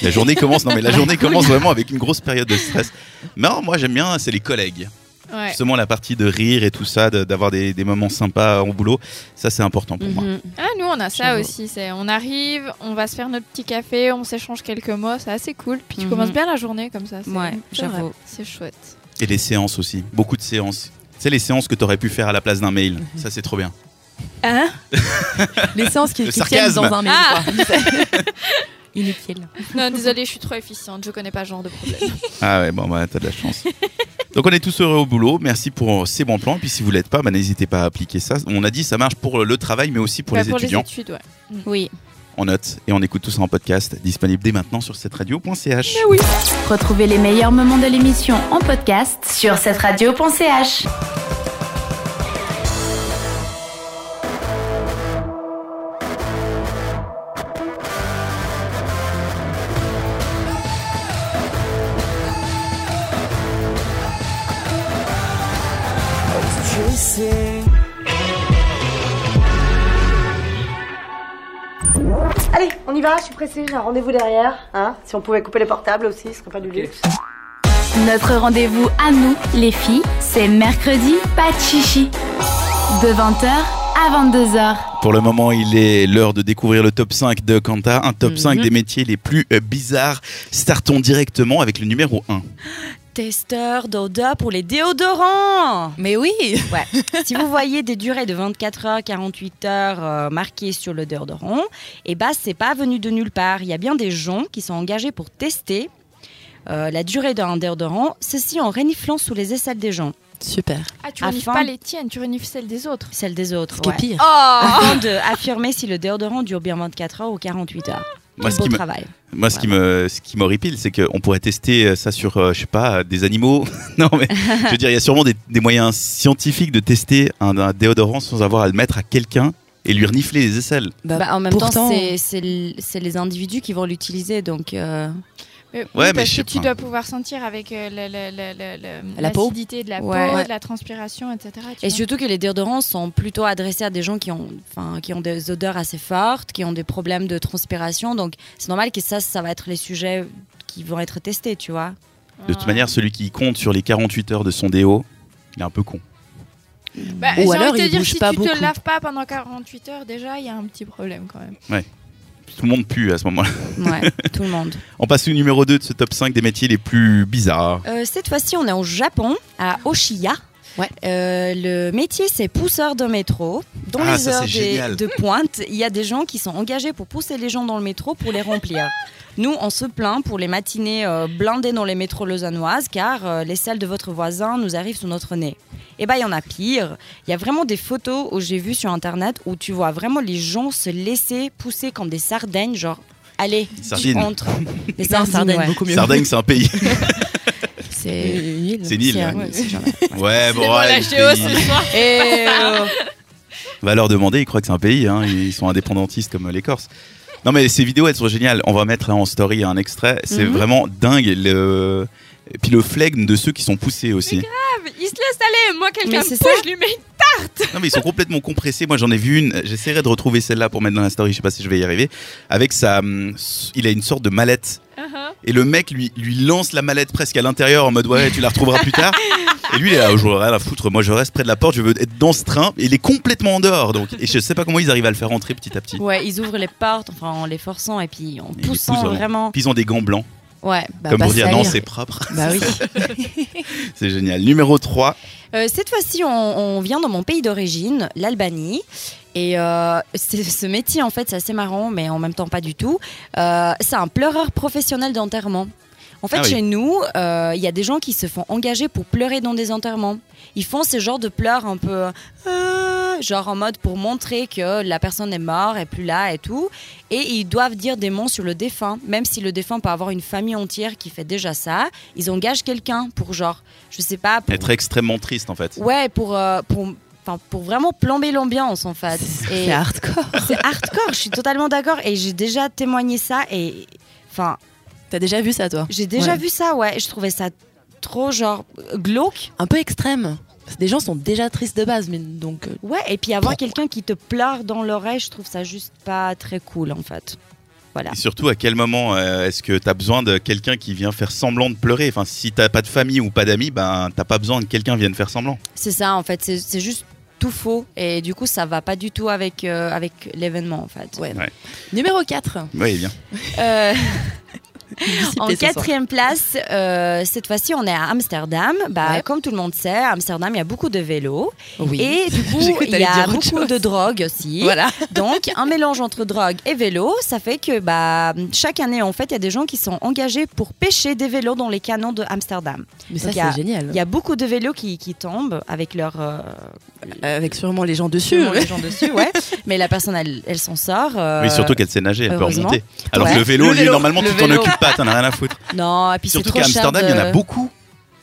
Speaker 4: La journée commence, non mais la journée commence vraiment avec une grosse période de stress. Non, moi j'aime bien, c'est les collègues.
Speaker 7: Ouais.
Speaker 4: Justement, la partie de rire et tout ça, de- d'avoir des, des moments sympas au boulot, ça c'est important pour moi.
Speaker 6: Mhm.
Speaker 7: Ah, nous, on a ça
Speaker 6: J'avoue.
Speaker 7: aussi. C'est, on arrive, on va se faire notre petit café, on s'échange quelques mots, c'est assez cool. Puis tu
Speaker 6: Mhm.
Speaker 7: commences bien la journée comme ça. c'est-
Speaker 6: Ouais,
Speaker 7: c'est vrai,
Speaker 6: j'avoue.
Speaker 7: C'est chouette.
Speaker 4: Et les séances aussi, beaucoup de séances. C'est les séances que t'aurais pu faire à la place d'un mail.
Speaker 6: Mhm.
Speaker 4: Ça c'est trop bien.
Speaker 7: Hein
Speaker 5: Les séances qui,
Speaker 4: Le
Speaker 5: qui tiennent
Speaker 4: sarcasme.
Speaker 5: dans un mail.
Speaker 7: Ah.
Speaker 5: quoi. Inutile.
Speaker 7: non, désolée, je suis trop efficiente, je connais pas ce genre de problème.
Speaker 4: Ah ouais, bon bah t'as de la chance. Donc on est tous heureux au boulot. Merci pour euh, ces bons plans. Puis si vous l'êtes pas, bah, n'hésitez pas à appliquer ça. On a dit ça marche pour euh, le travail, mais aussi pour
Speaker 7: Bah,
Speaker 4: les étudiants.
Speaker 7: études, ouais.
Speaker 6: Oui.
Speaker 4: On note et on écoute tout ça en podcast, disponible dès maintenant sur cette radio.ch.
Speaker 3: Retrouvez les meilleurs moments de l'émission en podcast sur cette radio.ch.
Speaker 1: Allez, on y va, je suis pressée, j'ai un rendez-vous derrière. Hein si on pouvait couper les portables aussi, ce serait pas du luxe.
Speaker 3: Notre rendez-vous à nous, les filles, c'est mercredi, pas de chichi. De 20h à 22h.
Speaker 4: Pour le moment, il est l'heure de découvrir le top 5 de Quanta, un top
Speaker 6: Mhm.
Speaker 4: 5 des métiers les plus euh, bizarres. Startons directement avec le numéro 1.
Speaker 6: Testeur d'odeur pour les déodorants.
Speaker 5: Mais oui
Speaker 6: si vous voyez des durées de 24 heures, 48 heures euh, marquées sur le déodorant, eh ben c'est pas venu de nulle part. Il y a bien des gens qui sont engagés pour tester euh, la durée d'un déodorant, ceci en reniflant sous les aisselles des gens,
Speaker 5: Super.
Speaker 7: Ah, tu
Speaker 6: À
Speaker 7: renifles
Speaker 6: fin-
Speaker 7: pas les tiennes, tu renifles celles des autres.
Speaker 6: celles des autres.
Speaker 5: Ce qui
Speaker 6: ouais.
Speaker 5: est pire.
Speaker 7: Oh
Speaker 6: Afin de affirmer si le déodorant dure bien 24 heures ou 48 heures.
Speaker 4: Moi,
Speaker 6: Quel
Speaker 4: ce
Speaker 6: beau
Speaker 4: qui me-
Speaker 6: travail.
Speaker 4: Moi, ce qui me, ce qui m'horripile, c'est qu'on pourrait tester euh, ça sur, euh, je sais pas, euh, des animaux. non, mais je veux dire, il y a sûrement des, des moyens scientifiques de tester un, un déodorant sans avoir à le mettre à quelqu'un et lui renifler les aisselles.
Speaker 5: Bah,
Speaker 6: Bah, en même
Speaker 5: pourtant-
Speaker 6: temps, c'est- c'est l- c'est les individus qui vont l'utiliser, donc euh,
Speaker 7: Mais oui,
Speaker 4: mais
Speaker 7: parce
Speaker 4: je sais
Speaker 7: que tu
Speaker 4: pas.
Speaker 7: dois pouvoir sentir avec euh, le- le- le- le- le-
Speaker 5: La peau.
Speaker 7: l'acidité de la peau,
Speaker 6: Ouais.
Speaker 7: de la transpiration, etc. tu
Speaker 6: Et
Speaker 7: vois.
Speaker 6: surtout que les déodorants sont plutôt adressés à des gens qui ont, enfin, qui ont des odeurs assez fortes, qui ont des problèmes de transpiration. Donc c'est normal que ça, ça va être les sujets qui vont être testés, tu vois.
Speaker 4: De toute
Speaker 7: Ouais.
Speaker 4: manière, celui qui compte sur les 48 heures de son déo, il est un peu con.
Speaker 7: Bah,
Speaker 5: Ou
Speaker 7: j'ai
Speaker 5: alors,
Speaker 7: envie de
Speaker 5: il
Speaker 7: te dire,
Speaker 5: bouge
Speaker 7: si
Speaker 5: pas
Speaker 7: tu te
Speaker 5: beaucoup.
Speaker 7: laves pas pendant 48 heures, déjà, il y a un petit problème quand même.
Speaker 4: Tout le monde pue à ce moment-là.
Speaker 6: Ouais, tout le monde.
Speaker 4: On passe au numéro 2 de ce top 5 des métiers les plus bizarres.
Speaker 6: Euh, cette fois-ci, on est au Japon, à Oshiya.
Speaker 5: Ouais.
Speaker 6: Euh, le métier, c'est pousseur de métro. Dans
Speaker 4: Ah,
Speaker 6: les
Speaker 4: ça,
Speaker 6: heures
Speaker 4: c'est
Speaker 6: des-
Speaker 4: génial.
Speaker 6: de pointe, il y a des gens qui sont engagés pour pousser les gens dans le métro pour les remplir. Nous, on se plaint pour les matinées euh, blindées dans les métros lausannoises car euh, les salles de votre voisin nous arrivent sous notre nez. Eh ben, il y en a pire. Il y a vraiment des photos où j'ai vu sur Internet où tu vois vraiment les gens se laisser pousser comme des sardines, genre, allez,
Speaker 4: Sardines.
Speaker 6: tu entres. Des
Speaker 5: Non, Sardaigne,
Speaker 6: ouais.
Speaker 5: beaucoup mieux.
Speaker 4: Sardaigne, c'est un pays.
Speaker 6: C'est...
Speaker 5: C'est une île.
Speaker 4: C'est hein. une île. ouais.
Speaker 6: c'est un- c'est genre-
Speaker 4: Ouais, bon,
Speaker 7: bon, la
Speaker 4: ouais, le
Speaker 7: géo,
Speaker 4: pays.
Speaker 6: Et, euh,
Speaker 4: va leur demander, ils croient que c'est un pays, hein, ils sont indépendantistes comme les Corses. Non mais ces vidéos, elles sont géniales. On va mettre là en story un extrait. C'est
Speaker 6: Mhm.
Speaker 4: vraiment dingue. Le... Et puis le flegme de ceux qui sont poussés aussi.
Speaker 7: Ah, Il se laisse aller, moi
Speaker 6: Mais
Speaker 7: quelqu'un
Speaker 6: me c'est
Speaker 7: me
Speaker 6: pousse, ça.
Speaker 7: je lui mets
Speaker 4: Non mais ils sont complètement compressés. Moi j'en ai vu une. J'essaierai de retrouver celle-là pour mettre dans la story. Je sais pas si je vais y arriver. Avec sa, hum, il a une sorte de mallette.
Speaker 7: Ah,
Speaker 4: Et le mec lui, lui lance la mallette presque à l'intérieur en mode ouais tu la retrouveras plus tard. Et lui il est là, je rien à foutre, moi je reste près de la porte, je veux être dans ce train. Et il est complètement en dehors donc. Et je sais pas comment ils arrivent à le faire rentrer petit à petit.
Speaker 6: ouais, ils ouvrent les portes, enfin en les forçant et puis en
Speaker 4: Ils
Speaker 6: poussant
Speaker 4: poussent, ouais.
Speaker 6: vraiment.
Speaker 4: Puis ils ont des gants blancs,
Speaker 6: Ouais.
Speaker 5: Bah,
Speaker 4: comme
Speaker 5: pas
Speaker 4: pour dire non,
Speaker 5: salir.
Speaker 4: c'est propre.
Speaker 5: Bah oui.
Speaker 4: C'est génial. Numéro 3,
Speaker 6: Euh, cette fois-ci, on, on vient dans mon pays d'origine, l'Albanie. Et euh, c'est- ce métier, en fait, c'est assez marrant, mais en même temps pas du tout. Euh, c'est un pleureur professionnel d'enterrement. En fait,
Speaker 4: Ah oui.
Speaker 6: chez nous, euh, il y a des gens qui se font engager pour pleurer dans des enterrements. Ils font ce genre de pleurs un peu, euh, genre en mode pour montrer que la personne est morte, est plus là et tout. Et ils doivent dire des mots sur le défunt, même si le défunt peut avoir une famille entière qui fait déjà ça. Ils engagent quelqu'un pour genre, je sais pas, pour
Speaker 4: être extrêmement triste en fait.
Speaker 6: Ouais, pour, euh, pour, enfin, pour vraiment plomber l'ambiance en fait. Et
Speaker 5: Ah, C'est hardcore.
Speaker 6: c'est hardcore, je suis totalement d'accord. Et j'ai déjà témoigné ça et. Enfin,
Speaker 5: T'as déjà vu ça, toi
Speaker 6: j'ai déjà
Speaker 5: Ouais.
Speaker 6: vu ça, ouais. Je trouvais ça trop genre euh, glauque.
Speaker 5: Un peu extrême. Parce que Des gens sont déjà tristes de base, mais donc. euh,
Speaker 6: Ouais, et puis avoir quelqu'un qui te pleure dans l'oreille, je trouve ça juste pas très cool en fait. Voilà.
Speaker 4: Et surtout, à quel moment euh, est-ce que tu as besoin de quelqu'un qui vient faire semblant de pleurer Enfin, si t'as pas de famille ou pas d'amis, ben t'as pas besoin que quelqu'un vienne faire semblant.
Speaker 6: C'est ça, en fait. C'est- C'est juste tout faux. Et du coup, ça va pas du tout avec, euh, avec l'événement, en fait.
Speaker 5: Ouais.
Speaker 4: Ouais.
Speaker 5: Numéro 4.
Speaker 4: Oui, bien.
Speaker 6: Euh, en
Speaker 5: Dissipé ce soir.
Speaker 6: quatrième place, euh, cette fois-ci, on est à Amsterdam. Bah,
Speaker 5: Ouais.
Speaker 6: Comme tout le monde sait, à Amsterdam, il y a beaucoup de vélos.
Speaker 5: Oui.
Speaker 6: Et du coup,
Speaker 5: J'ai cru que
Speaker 6: il
Speaker 5: t'allais
Speaker 6: y a
Speaker 5: dire autre
Speaker 6: beaucoup
Speaker 5: chose.
Speaker 6: de drogue aussi.
Speaker 5: voilà.
Speaker 6: Donc, un mélange entre drogue et vélo, ça fait que bah, chaque année, en fait, il y a des gens qui sont engagés pour pêcher des vélos dans les canons de Amsterdam.
Speaker 5: Mais ça,
Speaker 6: ça, Donc, il y a-
Speaker 5: c'est
Speaker 6: c'est
Speaker 5: génial.
Speaker 6: Il y a beaucoup de vélos qui, qui tombent avec leur... euh,
Speaker 5: Avec sûrement les gens dessus.
Speaker 6: les gens dessus, ouais. Mais la personne, elle, elle s'en sort. euh,
Speaker 4: Mais surtout qu'elle sait nager, elle peut
Speaker 6: heureusement.
Speaker 4: remonter. Alors
Speaker 6: Ouais.
Speaker 4: que le vélo,
Speaker 5: Le
Speaker 4: lui,
Speaker 5: vélo,
Speaker 4: normalement,
Speaker 5: le
Speaker 4: tu t'en
Speaker 5: vélo.
Speaker 4: occupes pas, t'en as rien à foutre.
Speaker 6: Non, et puis c'est
Speaker 4: surtout
Speaker 6: trop
Speaker 4: qu'à
Speaker 6: cher.
Speaker 4: Amsterdam, il y en a
Speaker 6: de-
Speaker 4: beaucoup.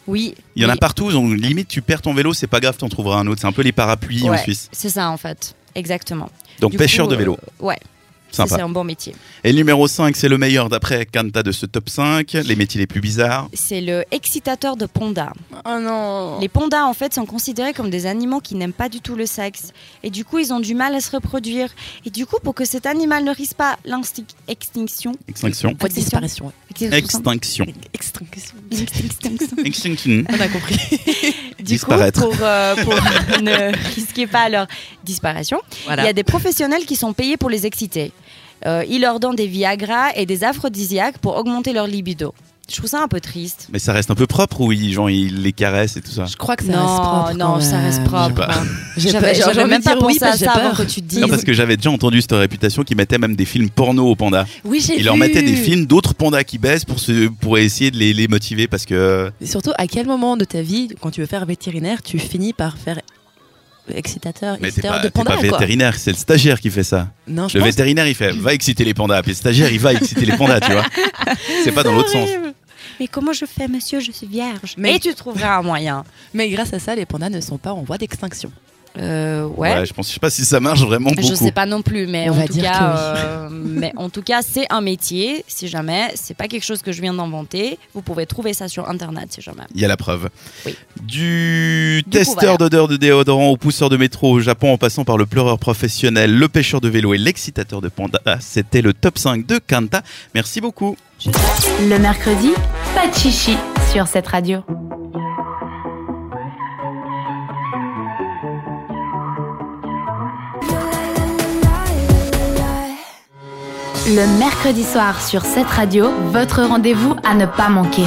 Speaker 6: Oui.
Speaker 4: Il y en a
Speaker 6: oui,
Speaker 4: partout, donc limite, tu perds ton vélo, c'est pas grave, t'en trouveras un autre. C'est un peu les parapluies en
Speaker 6: Ouais.
Speaker 4: Suisse.
Speaker 6: C'est ça, en fait. Exactement.
Speaker 4: Donc
Speaker 6: Du
Speaker 4: pêcheur
Speaker 6: coup,
Speaker 4: de vélo,
Speaker 6: euh, ouais, c'est
Speaker 4: sympa.
Speaker 6: c'est un bon métier.
Speaker 4: Et le numéro 5, c'est le meilleur d'après Kanta de ce top 5, les métiers les plus bizarres.
Speaker 6: C'est le excitateur de panda.
Speaker 5: Oh non.
Speaker 6: Les pandas, en fait, sont considérés comme des animaux qui n'aiment pas du tout le sexe. Et du coup, ils ont du mal à se reproduire. Et du coup, pour que cet animal ne risque pas l'extinction,
Speaker 4: Extinction.
Speaker 5: Voix de disparition. ouais.
Speaker 4: Extinction. Extinction.
Speaker 5: On a compris.
Speaker 6: du coup,
Speaker 4: Disparaître.
Speaker 6: pour, euh, pour ne risquer pas leur disparition,
Speaker 5: Voilà.
Speaker 6: il y a des professionnels qui sont payés pour les exciter. Euh, ils leur donnent des Viagra et des aphrodisiaques pour augmenter leur libido. Je trouve ça un peu triste.
Speaker 4: Mais ça reste un peu propre ou ils, genre, ils les caressent et tout ça
Speaker 5: Je crois que ça
Speaker 6: non,
Speaker 5: reste propre.
Speaker 6: non,
Speaker 5: quand
Speaker 6: ça
Speaker 5: même.
Speaker 6: reste propre. hein.
Speaker 4: pas.
Speaker 5: J'ai
Speaker 6: J'avais
Speaker 5: pas-
Speaker 6: j'avais
Speaker 5: envie
Speaker 6: même
Speaker 5: de
Speaker 6: pas
Speaker 5: dire oui
Speaker 6: pensé
Speaker 5: parce que
Speaker 6: à ça
Speaker 5: j'ai
Speaker 6: avant
Speaker 5: peur.
Speaker 6: que tu te dises.
Speaker 4: Non, parce que j'avais déjà entendu cette réputation qui mettait même des films porno aux pandas.
Speaker 5: Oui, j'ai
Speaker 4: Ils leur
Speaker 5: vu.
Speaker 4: mettaient des films d'autres pandas qui baissent pour, se, pour essayer de les, les motiver parce que.
Speaker 5: Et surtout, à quel moment de ta vie, quand tu veux faire vétérinaire, tu finis par faire excitateur,
Speaker 4: Mais t'es
Speaker 5: exciteur
Speaker 4: pas,
Speaker 5: de
Speaker 4: t'es pas
Speaker 5: panda quoi.
Speaker 4: vétérinaire, c'est le stagiaire qui fait ça.
Speaker 5: Non, je
Speaker 4: le
Speaker 5: pense.
Speaker 4: vétérinaire il fait va exciter les pandas, puis le stagiaire il va exciter les pandas, tu vois. C'est pas dans l'autre sens.
Speaker 6: Mais comment je fais, monsieur Je suis vierge.
Speaker 5: Mais-
Speaker 6: Et tu trouveras un moyen.
Speaker 5: Mais grâce à ça, les pandas ne sont pas en voie d'extinction.
Speaker 6: Euh, ouais.
Speaker 4: je pense, je sais pas si ça marche vraiment beaucoup.
Speaker 6: Je sais pas non plus, mais,
Speaker 5: On
Speaker 6: en
Speaker 5: va
Speaker 6: tout,
Speaker 5: dire
Speaker 6: cas,
Speaker 5: que oui.
Speaker 6: euh, mais en tout cas, c'est un métier, si jamais. C'est pas quelque chose que je viens d'inventer. Vous pouvez trouver ça sur Internet, si jamais.
Speaker 4: Il y a la preuve.
Speaker 6: Oui.
Speaker 4: Du,
Speaker 6: coup,
Speaker 4: testeur
Speaker 6: voilà.
Speaker 4: d'odeur de déodorant au pousseur de métro au Japon en passant par le pleureur professionnel, le pêcheur de vélo et l'excitateur de panda, c'était le top 5 de Kanta. Merci beaucoup.
Speaker 3: Le mercredi, pas de chichi sur cette radio. Le mercredi soir sur cette radio, votre rendez-vous à ne pas manquer.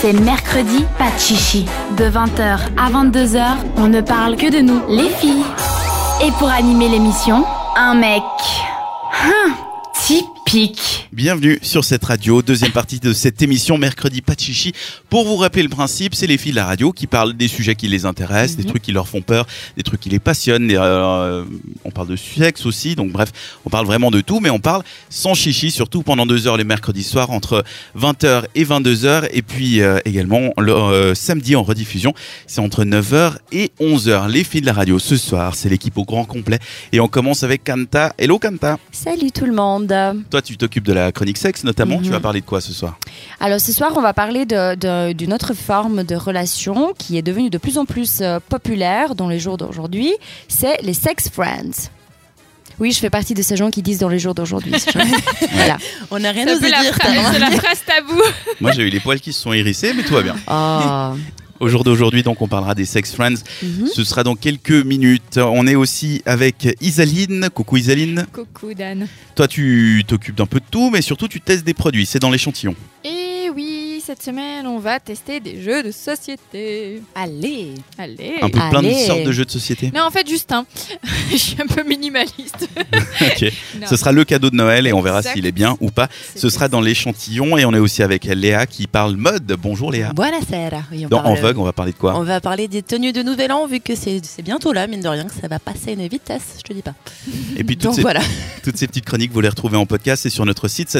Speaker 3: C'est mercredi, pas de chichi. De 20h à 22h, on ne parle que de nous, les filles. Et pour animer l'émission, un mec. Hum, typique.
Speaker 4: Bienvenue sur cette radio, deuxième partie de cette émission mercredi pas de chichi. Pour vous rappeler le principe, c'est les filles de la radio qui parlent des sujets qui les intéressent, des trucs qui leur font peur, des trucs qui les passionnent. des, euh, on parle de sexe aussi, donc bref, on parle vraiment de tout, mais on parle sans chichi, surtout pendant deux heures les mercredis soirs entre 20h et 22h, et puis euh, également le euh, samedi en rediffusion, c'est entre 9h et 11h. Les filles de la radio ce soir, c'est l'équipe au grand complet, et on commence avec Kanta. Hello Kanta.
Speaker 6: Salut tout le monde.
Speaker 4: Toi, tu t'occupes de la chronique sexe notamment.
Speaker 6: Mhm.
Speaker 4: Tu vas parler de quoi ce soir
Speaker 6: Alors ce soir, on va parler de- de- d'une autre forme de relation qui est devenue de plus en plus euh, populaire dans les jours d'aujourd'hui. C'est les sex friends. Oui, je fais partie de ces gens qui disent dans les jours d'aujourd'hui. si jamais. voilà.
Speaker 5: On n'a rien
Speaker 7: C'est un peu
Speaker 5: osé
Speaker 7: la
Speaker 5: dire.
Speaker 7: phrase- c'est la phrase tabou.
Speaker 4: Moi, j'ai eu les poils qui se sont hérissés, mais tout va bien.
Speaker 6: Ah.
Speaker 4: Au jour d'aujourd'hui, donc, on parlera des sex friends.
Speaker 6: Mhm.
Speaker 4: Ce sera dans quelques minutes. On est aussi avec Isaline. Coucou Isaline.
Speaker 7: Coucou Dan.
Speaker 4: Toi, tu t'occupes d'un peu de tout, mais surtout, tu testes des produits. C'est dans l'échantillon.
Speaker 7: Et Eh oui, cette semaine, on va tester des jeux de société.
Speaker 5: Allez.
Speaker 7: Allez.
Speaker 4: Un peu plein de
Speaker 6: Allez.
Speaker 4: sortes de jeux de société.
Speaker 7: Non, en fait, juste un. Je suis un peu minimaliste.
Speaker 4: Ok.
Speaker 7: Non.
Speaker 4: Ce sera le cadeau de Noël et on verra
Speaker 7: Exact.
Speaker 4: s'il est bien ou pas. Ce sera dans l'échantillon et on est aussi avec Léa qui parle mode. Bonjour Léa.
Speaker 5: Voilà, Sarah. Oui, on
Speaker 4: Dans En
Speaker 5: parle-
Speaker 4: Vogue, on va parler de quoi
Speaker 5: On va parler des tenues de Nouvel An, vu que c'est c'est bientôt là, mine de rien, que ça va passer à une vitesse, je te dis pas.
Speaker 4: Et puis toutes
Speaker 5: Donc
Speaker 4: ces
Speaker 5: voilà.
Speaker 4: Toutes ces petites chroniques, vous les retrouvez en podcast et sur notre site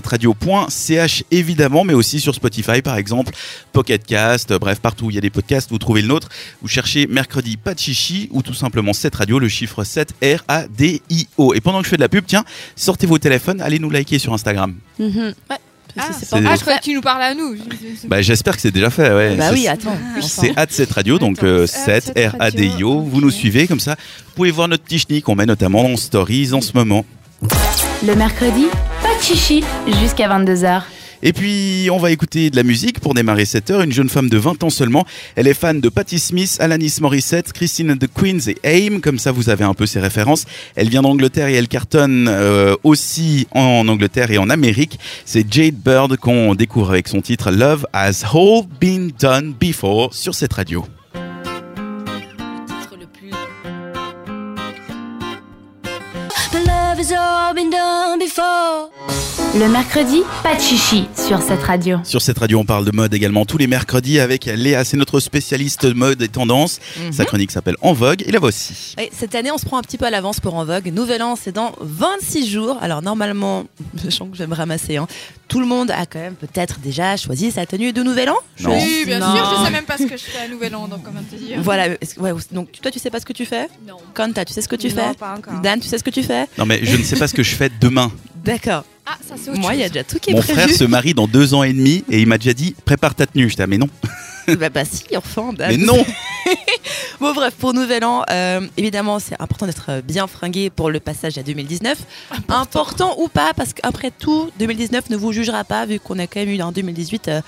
Speaker 4: cetteradio.ch évidemment, mais aussi sur Spotify par exemple, Pocket Cast, euh, bref, partout où il y a des podcasts, vous trouvez le nôtre. Vous cherchez mercredi pas de chichi ou tout simplement 7 radio, le chiffre 7 R-A-D-I-O. Et pendant que je fais de la pub, tiens, sortez vos téléphones, allez nous liker sur Instagram.
Speaker 6: Mhm.
Speaker 5: Parce que
Speaker 7: Ah,
Speaker 5: c'est
Speaker 4: c'est-
Speaker 5: pas-
Speaker 7: Ah, je croyais que tu nous parles à nous.
Speaker 4: Bah, j'espère que c'est déjà fait, ouais.
Speaker 5: Bah
Speaker 4: Ça,
Speaker 5: oui,
Speaker 4: c'est-
Speaker 5: attends.
Speaker 6: Ah,
Speaker 5: enfin.
Speaker 4: c'est at 7 radio, donc
Speaker 7: Attends,
Speaker 4: euh,
Speaker 7: Sept
Speaker 4: 7 R-A-D-I-O.
Speaker 7: Radio,
Speaker 4: Vous nous
Speaker 7: ok.
Speaker 4: suivez comme ça. Vous pouvez voir notre petit schnick qu'on met notamment en stories en ce moment.
Speaker 3: Le mercredi, pas de de chichi jusqu'à 22h.
Speaker 4: Et puis, on va écouter de la musique pour démarrer cette heure. Une jeune femme de 20 ans seulement. Elle est fan de Patti Smith, Alanis Morissette, Christine and the Queens et Aim. Comme ça, vous avez un peu ses références. Elle vient d'Angleterre et elle cartonne euh, aussi en Angleterre et en Amérique. C'est Jade Bird qu'on découvre avec son titre Love Has All Been Done Before sur cette radio.
Speaker 3: Le mercredi, pas de chichi sur cette radio.
Speaker 4: Sur cette radio, on parle de mode également tous les mercredis avec Léa. C'est notre spécialiste de mode et tendance.
Speaker 5: Mhm.
Speaker 4: Sa chronique s'appelle En Vogue et la voici.
Speaker 5: Oui, cette année, on se prend un petit peu à l'avance pour En Vogue. Nouvel an, c'est dans 26 jours. Alors normalement, je sens que je vais me ramasser. hein. Tout le monde a quand même peut-être déjà choisi sa tenue de Nouvel An.
Speaker 4: Non.
Speaker 7: Oui, bien
Speaker 5: Non.
Speaker 7: sûr, je sais même pas ce que je fais à Nouvel An, donc comment te dire
Speaker 6: Mhm.
Speaker 5: Voilà. est-ce que- ouais, donc toi, tu sais pas ce que tu fais
Speaker 7: Non.
Speaker 5: Kanta, tu sais ce que tu
Speaker 6: Non,
Speaker 5: fais
Speaker 6: pas encore.
Speaker 5: Dan, tu sais ce que tu fais
Speaker 4: Non, mais je ne sais pas ce que je fais demain.
Speaker 5: D'accord.
Speaker 7: Ah, ça c'est autre
Speaker 5: Moi, il y a
Speaker 7: chose.
Speaker 5: déjà tout qui est
Speaker 4: Mon frère
Speaker 5: prévu.
Speaker 4: se marie dans deux ans et demi et il m'a déjà dit prépare ta tenue. J'étais ah, mais non,
Speaker 5: bah, bah si, enfin, Dan.
Speaker 4: mais non.
Speaker 5: Bon bref, pour Nouvel An, euh, évidemment, c'est important d'être euh, bien fringué pour le passage à 2019. Important, ou pas, parce qu'après tout, 2019 ne vous jugera pas, vu qu'on a quand même eu un 2018 euh,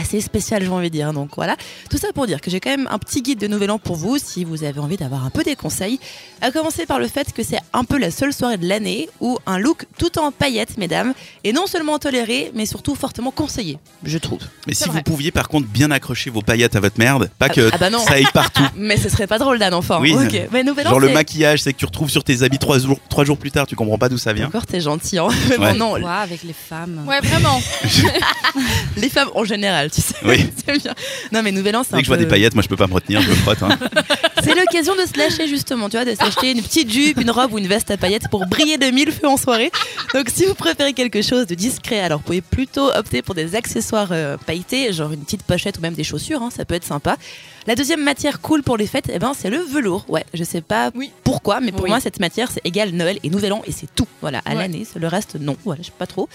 Speaker 5: assez spécial, j'ai envie de dire. Donc voilà, tout ça pour dire que j'ai quand même un petit guide de Nouvel An pour vous, si vous avez envie d'avoir un peu des conseils. À commencer par le fait que c'est un peu la seule soirée de l'année où un look tout en paillettes, mesdames, est non seulement toléré, mais surtout fortement conseillé, je trouve.
Speaker 4: Mais si
Speaker 5: C'est vrai.
Speaker 4: vous pouviez par contre bien accrocher vos paillettes à votre merde, pas que
Speaker 5: ah bah non.
Speaker 4: ça aille partout.
Speaker 5: Mais ce serait pas drôle d'un enfant.
Speaker 4: Oui.
Speaker 5: Ok. Mais Nouvel An,
Speaker 4: Genre le hein.
Speaker 5: c'est-
Speaker 4: maquillage, c'est que tu retrouves sur tes habits trois jours, trois jours plus tard, tu comprends pas d'où ça vient.
Speaker 5: Encore, t'es gentil. Hein. Bon,
Speaker 4: Ouais.
Speaker 5: non,
Speaker 6: Quoi, avec les femmes
Speaker 7: Ouais, vraiment.
Speaker 5: les femmes en général, tu sais.
Speaker 4: Oui.
Speaker 5: c'est bien. Non, mais Nouvel An, c'est
Speaker 4: Dès
Speaker 5: un
Speaker 4: que je vois
Speaker 5: peu- Bah,
Speaker 4: des paillettes, moi je peux pas me retenir, je me frotte. hein.
Speaker 5: C'est l'occasion de se lâcher, justement, tu vois, de s'acheter une petite jupe, une robe ou une veste à paillettes pour briller de mille feux en soirée. Donc, si vous préférez quelque chose de discret, alors vous pouvez plutôt opter pour des accessoires euh, pailletés, genre une petite pochette ou même des chaussures, hein, ça peut être sympa. La deuxième matière cool pour les fêtes, eh ben, c'est le velours. Ouais, je sais pas
Speaker 7: Oui.
Speaker 5: pourquoi, mais pour
Speaker 6: Oui.
Speaker 5: moi, cette matière, c'est égal Noël et Nouvel An, et c'est tout. Voilà, à
Speaker 7: Ouais.
Speaker 5: l'année, le reste, non. Voilà, je sais pas trop.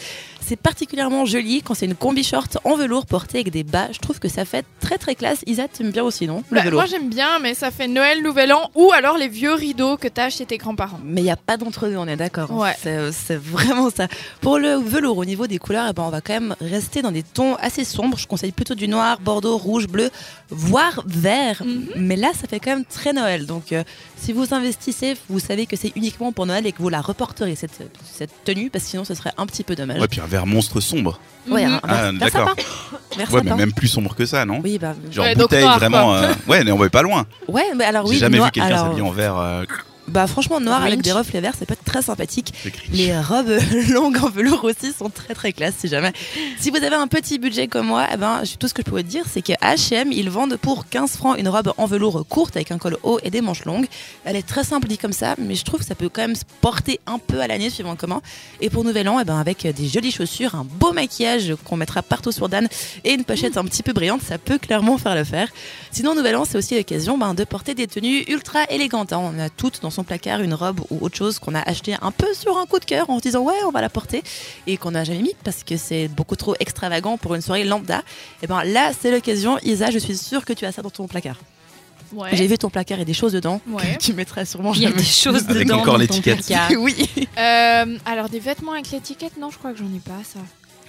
Speaker 5: C'est particulièrement joli quand c'est une combi short en velours portée avec des bas. Je trouve que ça fait très très classe. Isa, t'aimes bien aussi, non Le
Speaker 7: Bah,
Speaker 5: velours.
Speaker 7: moi j'aime bien, mais ça fait Noël, Nouvel An ou alors les vieux rideaux que t'as chez tes grands-parents.
Speaker 5: Mais il n'y a pas d'entre-deux, on est d'accord. hein.
Speaker 7: Ouais.
Speaker 5: C'est- C'est vraiment ça. Pour le velours, au niveau des couleurs, eh ben, on va quand même rester dans des tons assez sombres. Je conseille plutôt du noir, bordeaux, rouge, bleu, voire vert.
Speaker 7: Mhm.
Speaker 5: Mais là, ça fait quand même très Noël. Donc, euh, si vous investissez, vous savez que c'est uniquement pour Noël et que vous la reporterez, cette, cette tenue, parce que sinon, ce serait un petit peu dommage.
Speaker 4: Ouais, puis un verre monstre sombre.
Speaker 5: Ouais, hein.
Speaker 7: Mhm.
Speaker 5: un-
Speaker 4: Ah,
Speaker 5: un- un
Speaker 4: d'accord.
Speaker 5: sapin. Vers
Speaker 4: Ouais, mais
Speaker 5: sapin.
Speaker 4: même plus sombre que ça, non
Speaker 5: Oui, bah,
Speaker 4: Genre
Speaker 7: Ouais, donc
Speaker 4: bouteille,
Speaker 7: noir,
Speaker 4: vraiment.
Speaker 7: quoi.
Speaker 4: euh, Ouais, mais on va pas loin.
Speaker 5: ouais, mais alors oui,
Speaker 4: J'ai jamais
Speaker 5: noir-
Speaker 4: vu quelqu'un
Speaker 5: alors,
Speaker 4: s'habiller en verre. euh,
Speaker 5: Bah franchement, noir avec
Speaker 6: Grinch.
Speaker 5: des reflets verts, ça peut être très sympathique.
Speaker 4: c'est cringe.
Speaker 5: Les robes longues en velours aussi sont très très classe si jamais. Si vous avez un petit budget comme moi, eh ben, je- tout ce que je peux vous dire, c'est que H&M, ils vendent pour 15 francs une robe en velours courte avec un col haut et des manches longues. Elle est très simple dit comme ça, mais je trouve que ça peut quand même se porter un peu à l'année suivant comment. Et pour Nouvel An, eh ben, avec des jolies chaussures, un beau maquillage qu'on mettra partout sur Dan et une pochette un petit peu brillante, ça peut clairement faire l'affaire. Sinon, Nouvel An, c'est aussi l'occasion ben, de porter des tenues ultra élégantes. hein. On a toutes dans son placard une robe ou autre chose qu'on a acheté un peu sur un coup de cœur en se disant ouais, on va la porter et qu'on n'a jamais mis parce que c'est beaucoup trop extravagant pour une soirée lambda. Et ben là, c'est l'occasion. Isa, je suis sûre que tu as ça dans ton placard.
Speaker 7: Ouais.
Speaker 5: J'ai vu ton placard et des choses dedans.
Speaker 7: Ouais.
Speaker 5: Tu mettras sûrement
Speaker 6: Il y a
Speaker 5: jamais.
Speaker 6: des choses
Speaker 4: Avec
Speaker 6: dedans
Speaker 4: encore
Speaker 6: dans ton
Speaker 4: l'étiquette.
Speaker 6: placard.
Speaker 5: Oui.
Speaker 7: Euh, alors des vêtements avec l'étiquette, non, je crois que j'en ai pas ça.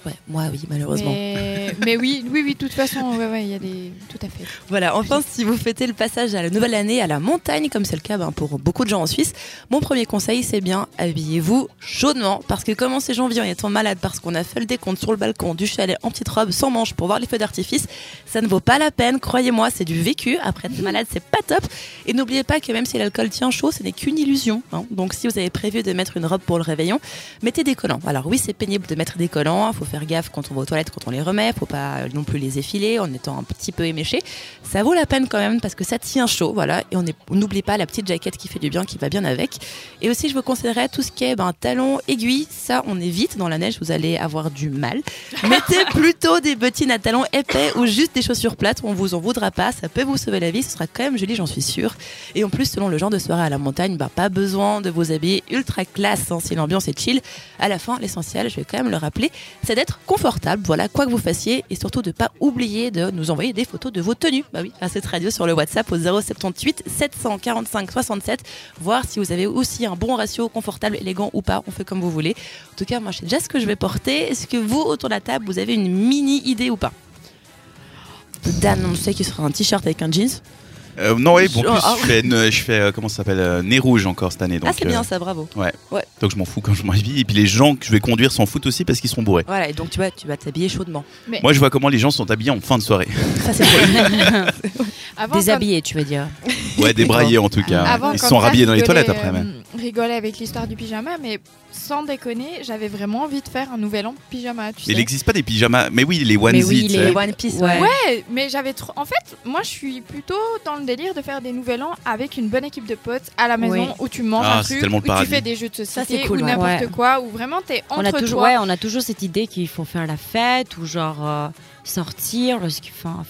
Speaker 5: Ouais, moi oui, malheureusement.
Speaker 7: Mais, mais oui, oui, oui, de toute façon, ouais, ouais, il y a des, tout à fait.
Speaker 5: Voilà, enfin, si vous fêtez le passage à la nouvelle année à la montagne, comme c'est le cas ben, pour beaucoup de gens en Suisse, mon premier conseil, c'est bien habillez-vous chaudement. Parce que comment c'est janvier en étant malade, parce qu'on a fait le décompte sur le balcon du chalet en petite robe, sans manches pour voir les feux d'artifice, ça ne vaut pas la peine. Croyez-moi, c'est du vécu. Après être malade, c'est pas top. Et n'oubliez pas que même si l'alcool tient chaud, ce n'est qu'une illusion. hein. Donc si vous avez prévu de mettre une robe pour le réveillon, mettez des collants. Alors oui, c'est pénible de mettre des collants. Faut faire gaffe quand on va aux toilettes, quand on les remet. Faut pas euh, non plus les effiler en étant un petit peu éméché ça vaut la peine quand même parce que ça tient chaud, voilà. Et on est- on n'oublie pas la petite jaquette qui fait du bien, qui va bien avec. Et aussi, je vous conseillerais tout ce qui est ben, talons, aiguilles. Ça, on évite dans la neige, vous allez avoir du mal. Mettez plutôt des bottines à talons épais ou juste des chaussures plates. On vous en voudra pas. Ça peut vous sauver la vie. Ce sera quand même joli, j'en suis sûre. Et en plus, selon le genre de soirée à la montagne, ben, pas besoin de vous habiller ultra classe hein, si l'ambiance est chill. À la fin, l'essentiel, je vais quand même le rappeler, c'est d'être confortable, voilà, quoi que vous fassiez, et surtout de pas oublier de nous envoyer des photos de vos tenues. Bah oui, à cette radio sur le WhatsApp au 078 745 67, voir si vous avez aussi un bon ratio confortable, élégant ou pas, on fait comme vous voulez. En tout cas, moi je sais déjà ce que je vais porter. Est-ce que vous, autour de la table, vous avez une mini idée ou pas Dan, on sait qu'il sera un t-shirt avec un jeans. Ah,
Speaker 4: Euh, non, oui, bon, en
Speaker 5: Genre,
Speaker 4: plus,
Speaker 5: ah
Speaker 4: je fais, une- je fais, euh, comment ça s'appelle, euh, nez rouge encore cette année. Donc,
Speaker 5: ah, c'est
Speaker 4: euh,
Speaker 5: bien ça, bravo.
Speaker 4: donc je m'en fous quand je m'habille. Et puis les gens que je vais conduire s'en foutent aussi parce qu'ils seront bourrés.
Speaker 5: Voilà, et donc tu vas, tu vas t'habiller chaudement.
Speaker 4: Moi, je vois comment les gens sont habillés en fin de soirée.
Speaker 5: Ça, c'est cool.
Speaker 7: Avant, comme-
Speaker 6: Déshabillé, tu veux dire.
Speaker 4: Ouais, débraillés en tout cas.
Speaker 6: Ah
Speaker 7: Avant,
Speaker 4: Ah, Ils
Speaker 7: comme
Speaker 4: sont
Speaker 7: ça,
Speaker 4: rhabillés dans les
Speaker 7: rigoler,
Speaker 4: toilettes après même.
Speaker 7: euh, Rigoler avec l'histoire du pyjama, mais sans déconner, j'avais vraiment envie de faire un nouvel an pyjama. Tu
Speaker 4: Mais Il
Speaker 7: sais.
Speaker 4: n'existe pas des pyjamas. Mais oui, les onesies.
Speaker 6: Mais oui,
Speaker 4: tu
Speaker 6: les
Speaker 4: sais.
Speaker 5: One Piece,
Speaker 6: Ouais.
Speaker 7: Ouais, mais j'avais trop. En fait, moi, je suis plutôt dans le délire de faire des nouvel an avec une bonne équipe de potes à la maison
Speaker 6: Oui.
Speaker 7: où tu manges
Speaker 4: Ah,
Speaker 7: un
Speaker 4: c'est
Speaker 7: truc,
Speaker 4: tellement
Speaker 7: où
Speaker 4: le paradis.
Speaker 7: tu fais des jeux de
Speaker 5: Ça,
Speaker 7: société,
Speaker 5: c'est cool,
Speaker 7: ou
Speaker 5: ouais.
Speaker 7: n'importe
Speaker 6: Ouais.
Speaker 7: quoi, où vraiment t'es entre
Speaker 6: On a toujours,
Speaker 7: toi.
Speaker 6: ouais, on a toujours cette idée qu'il faut faire la fête ou genre euh, sortir, parce que, enfin,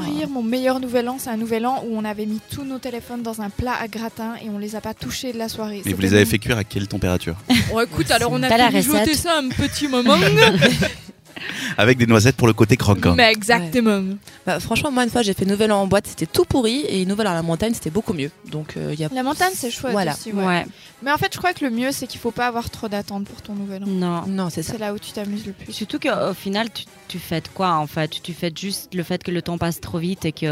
Speaker 6: finalement. euh.
Speaker 7: rire, mon meilleur nouvel an, c'est un nouvel an où on avait mis tous nos téléphones dans un plat à gratin et on les a pas touchés de la soirée.
Speaker 4: Mais vous
Speaker 7: C'était
Speaker 4: les avez
Speaker 7: mon-
Speaker 4: fait cuire à quelle température
Speaker 7: Oh, écoute, alors on a
Speaker 6: T'as la
Speaker 7: fait jeter
Speaker 6: recette.
Speaker 7: ça un petit moment.
Speaker 4: Avec des noisettes pour le côté hein. croquant.
Speaker 7: mais exactement.
Speaker 5: Bah, franchement, moi, une fois, j'ai fait Nouvel An en boîte, c'était tout pourri, et Nouvel An à la montagne, c'était beaucoup mieux. Donc, il y a.
Speaker 7: La montagne, c'est chouette
Speaker 5: Voilà.
Speaker 7: aussi,
Speaker 6: euh, ouais.
Speaker 7: ouais. Mais en fait, je crois que le mieux, c'est qu'il faut pas avoir trop d'attentes pour ton nouvel an.
Speaker 6: non.
Speaker 5: Non, c'est ça.
Speaker 7: C'est là où tu t'amuses le plus.
Speaker 6: Surtout qu'au final, tu, tu fêtes quoi en fait Tu fêtes juste le fait que le temps passe trop vite et que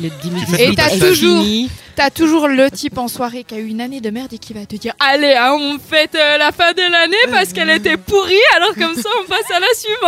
Speaker 6: le
Speaker 4: fêtes le
Speaker 6: 2018
Speaker 4: passage.
Speaker 6: est
Speaker 7: Toujours.
Speaker 6: fini.
Speaker 7: T'as toujours le type en soirée qui a eu une année de merde et qui va te dire Allez, hein, on fête euh, la fin de l'année parce qu'elle était pourrie, alors comme ça on passe à la suivante.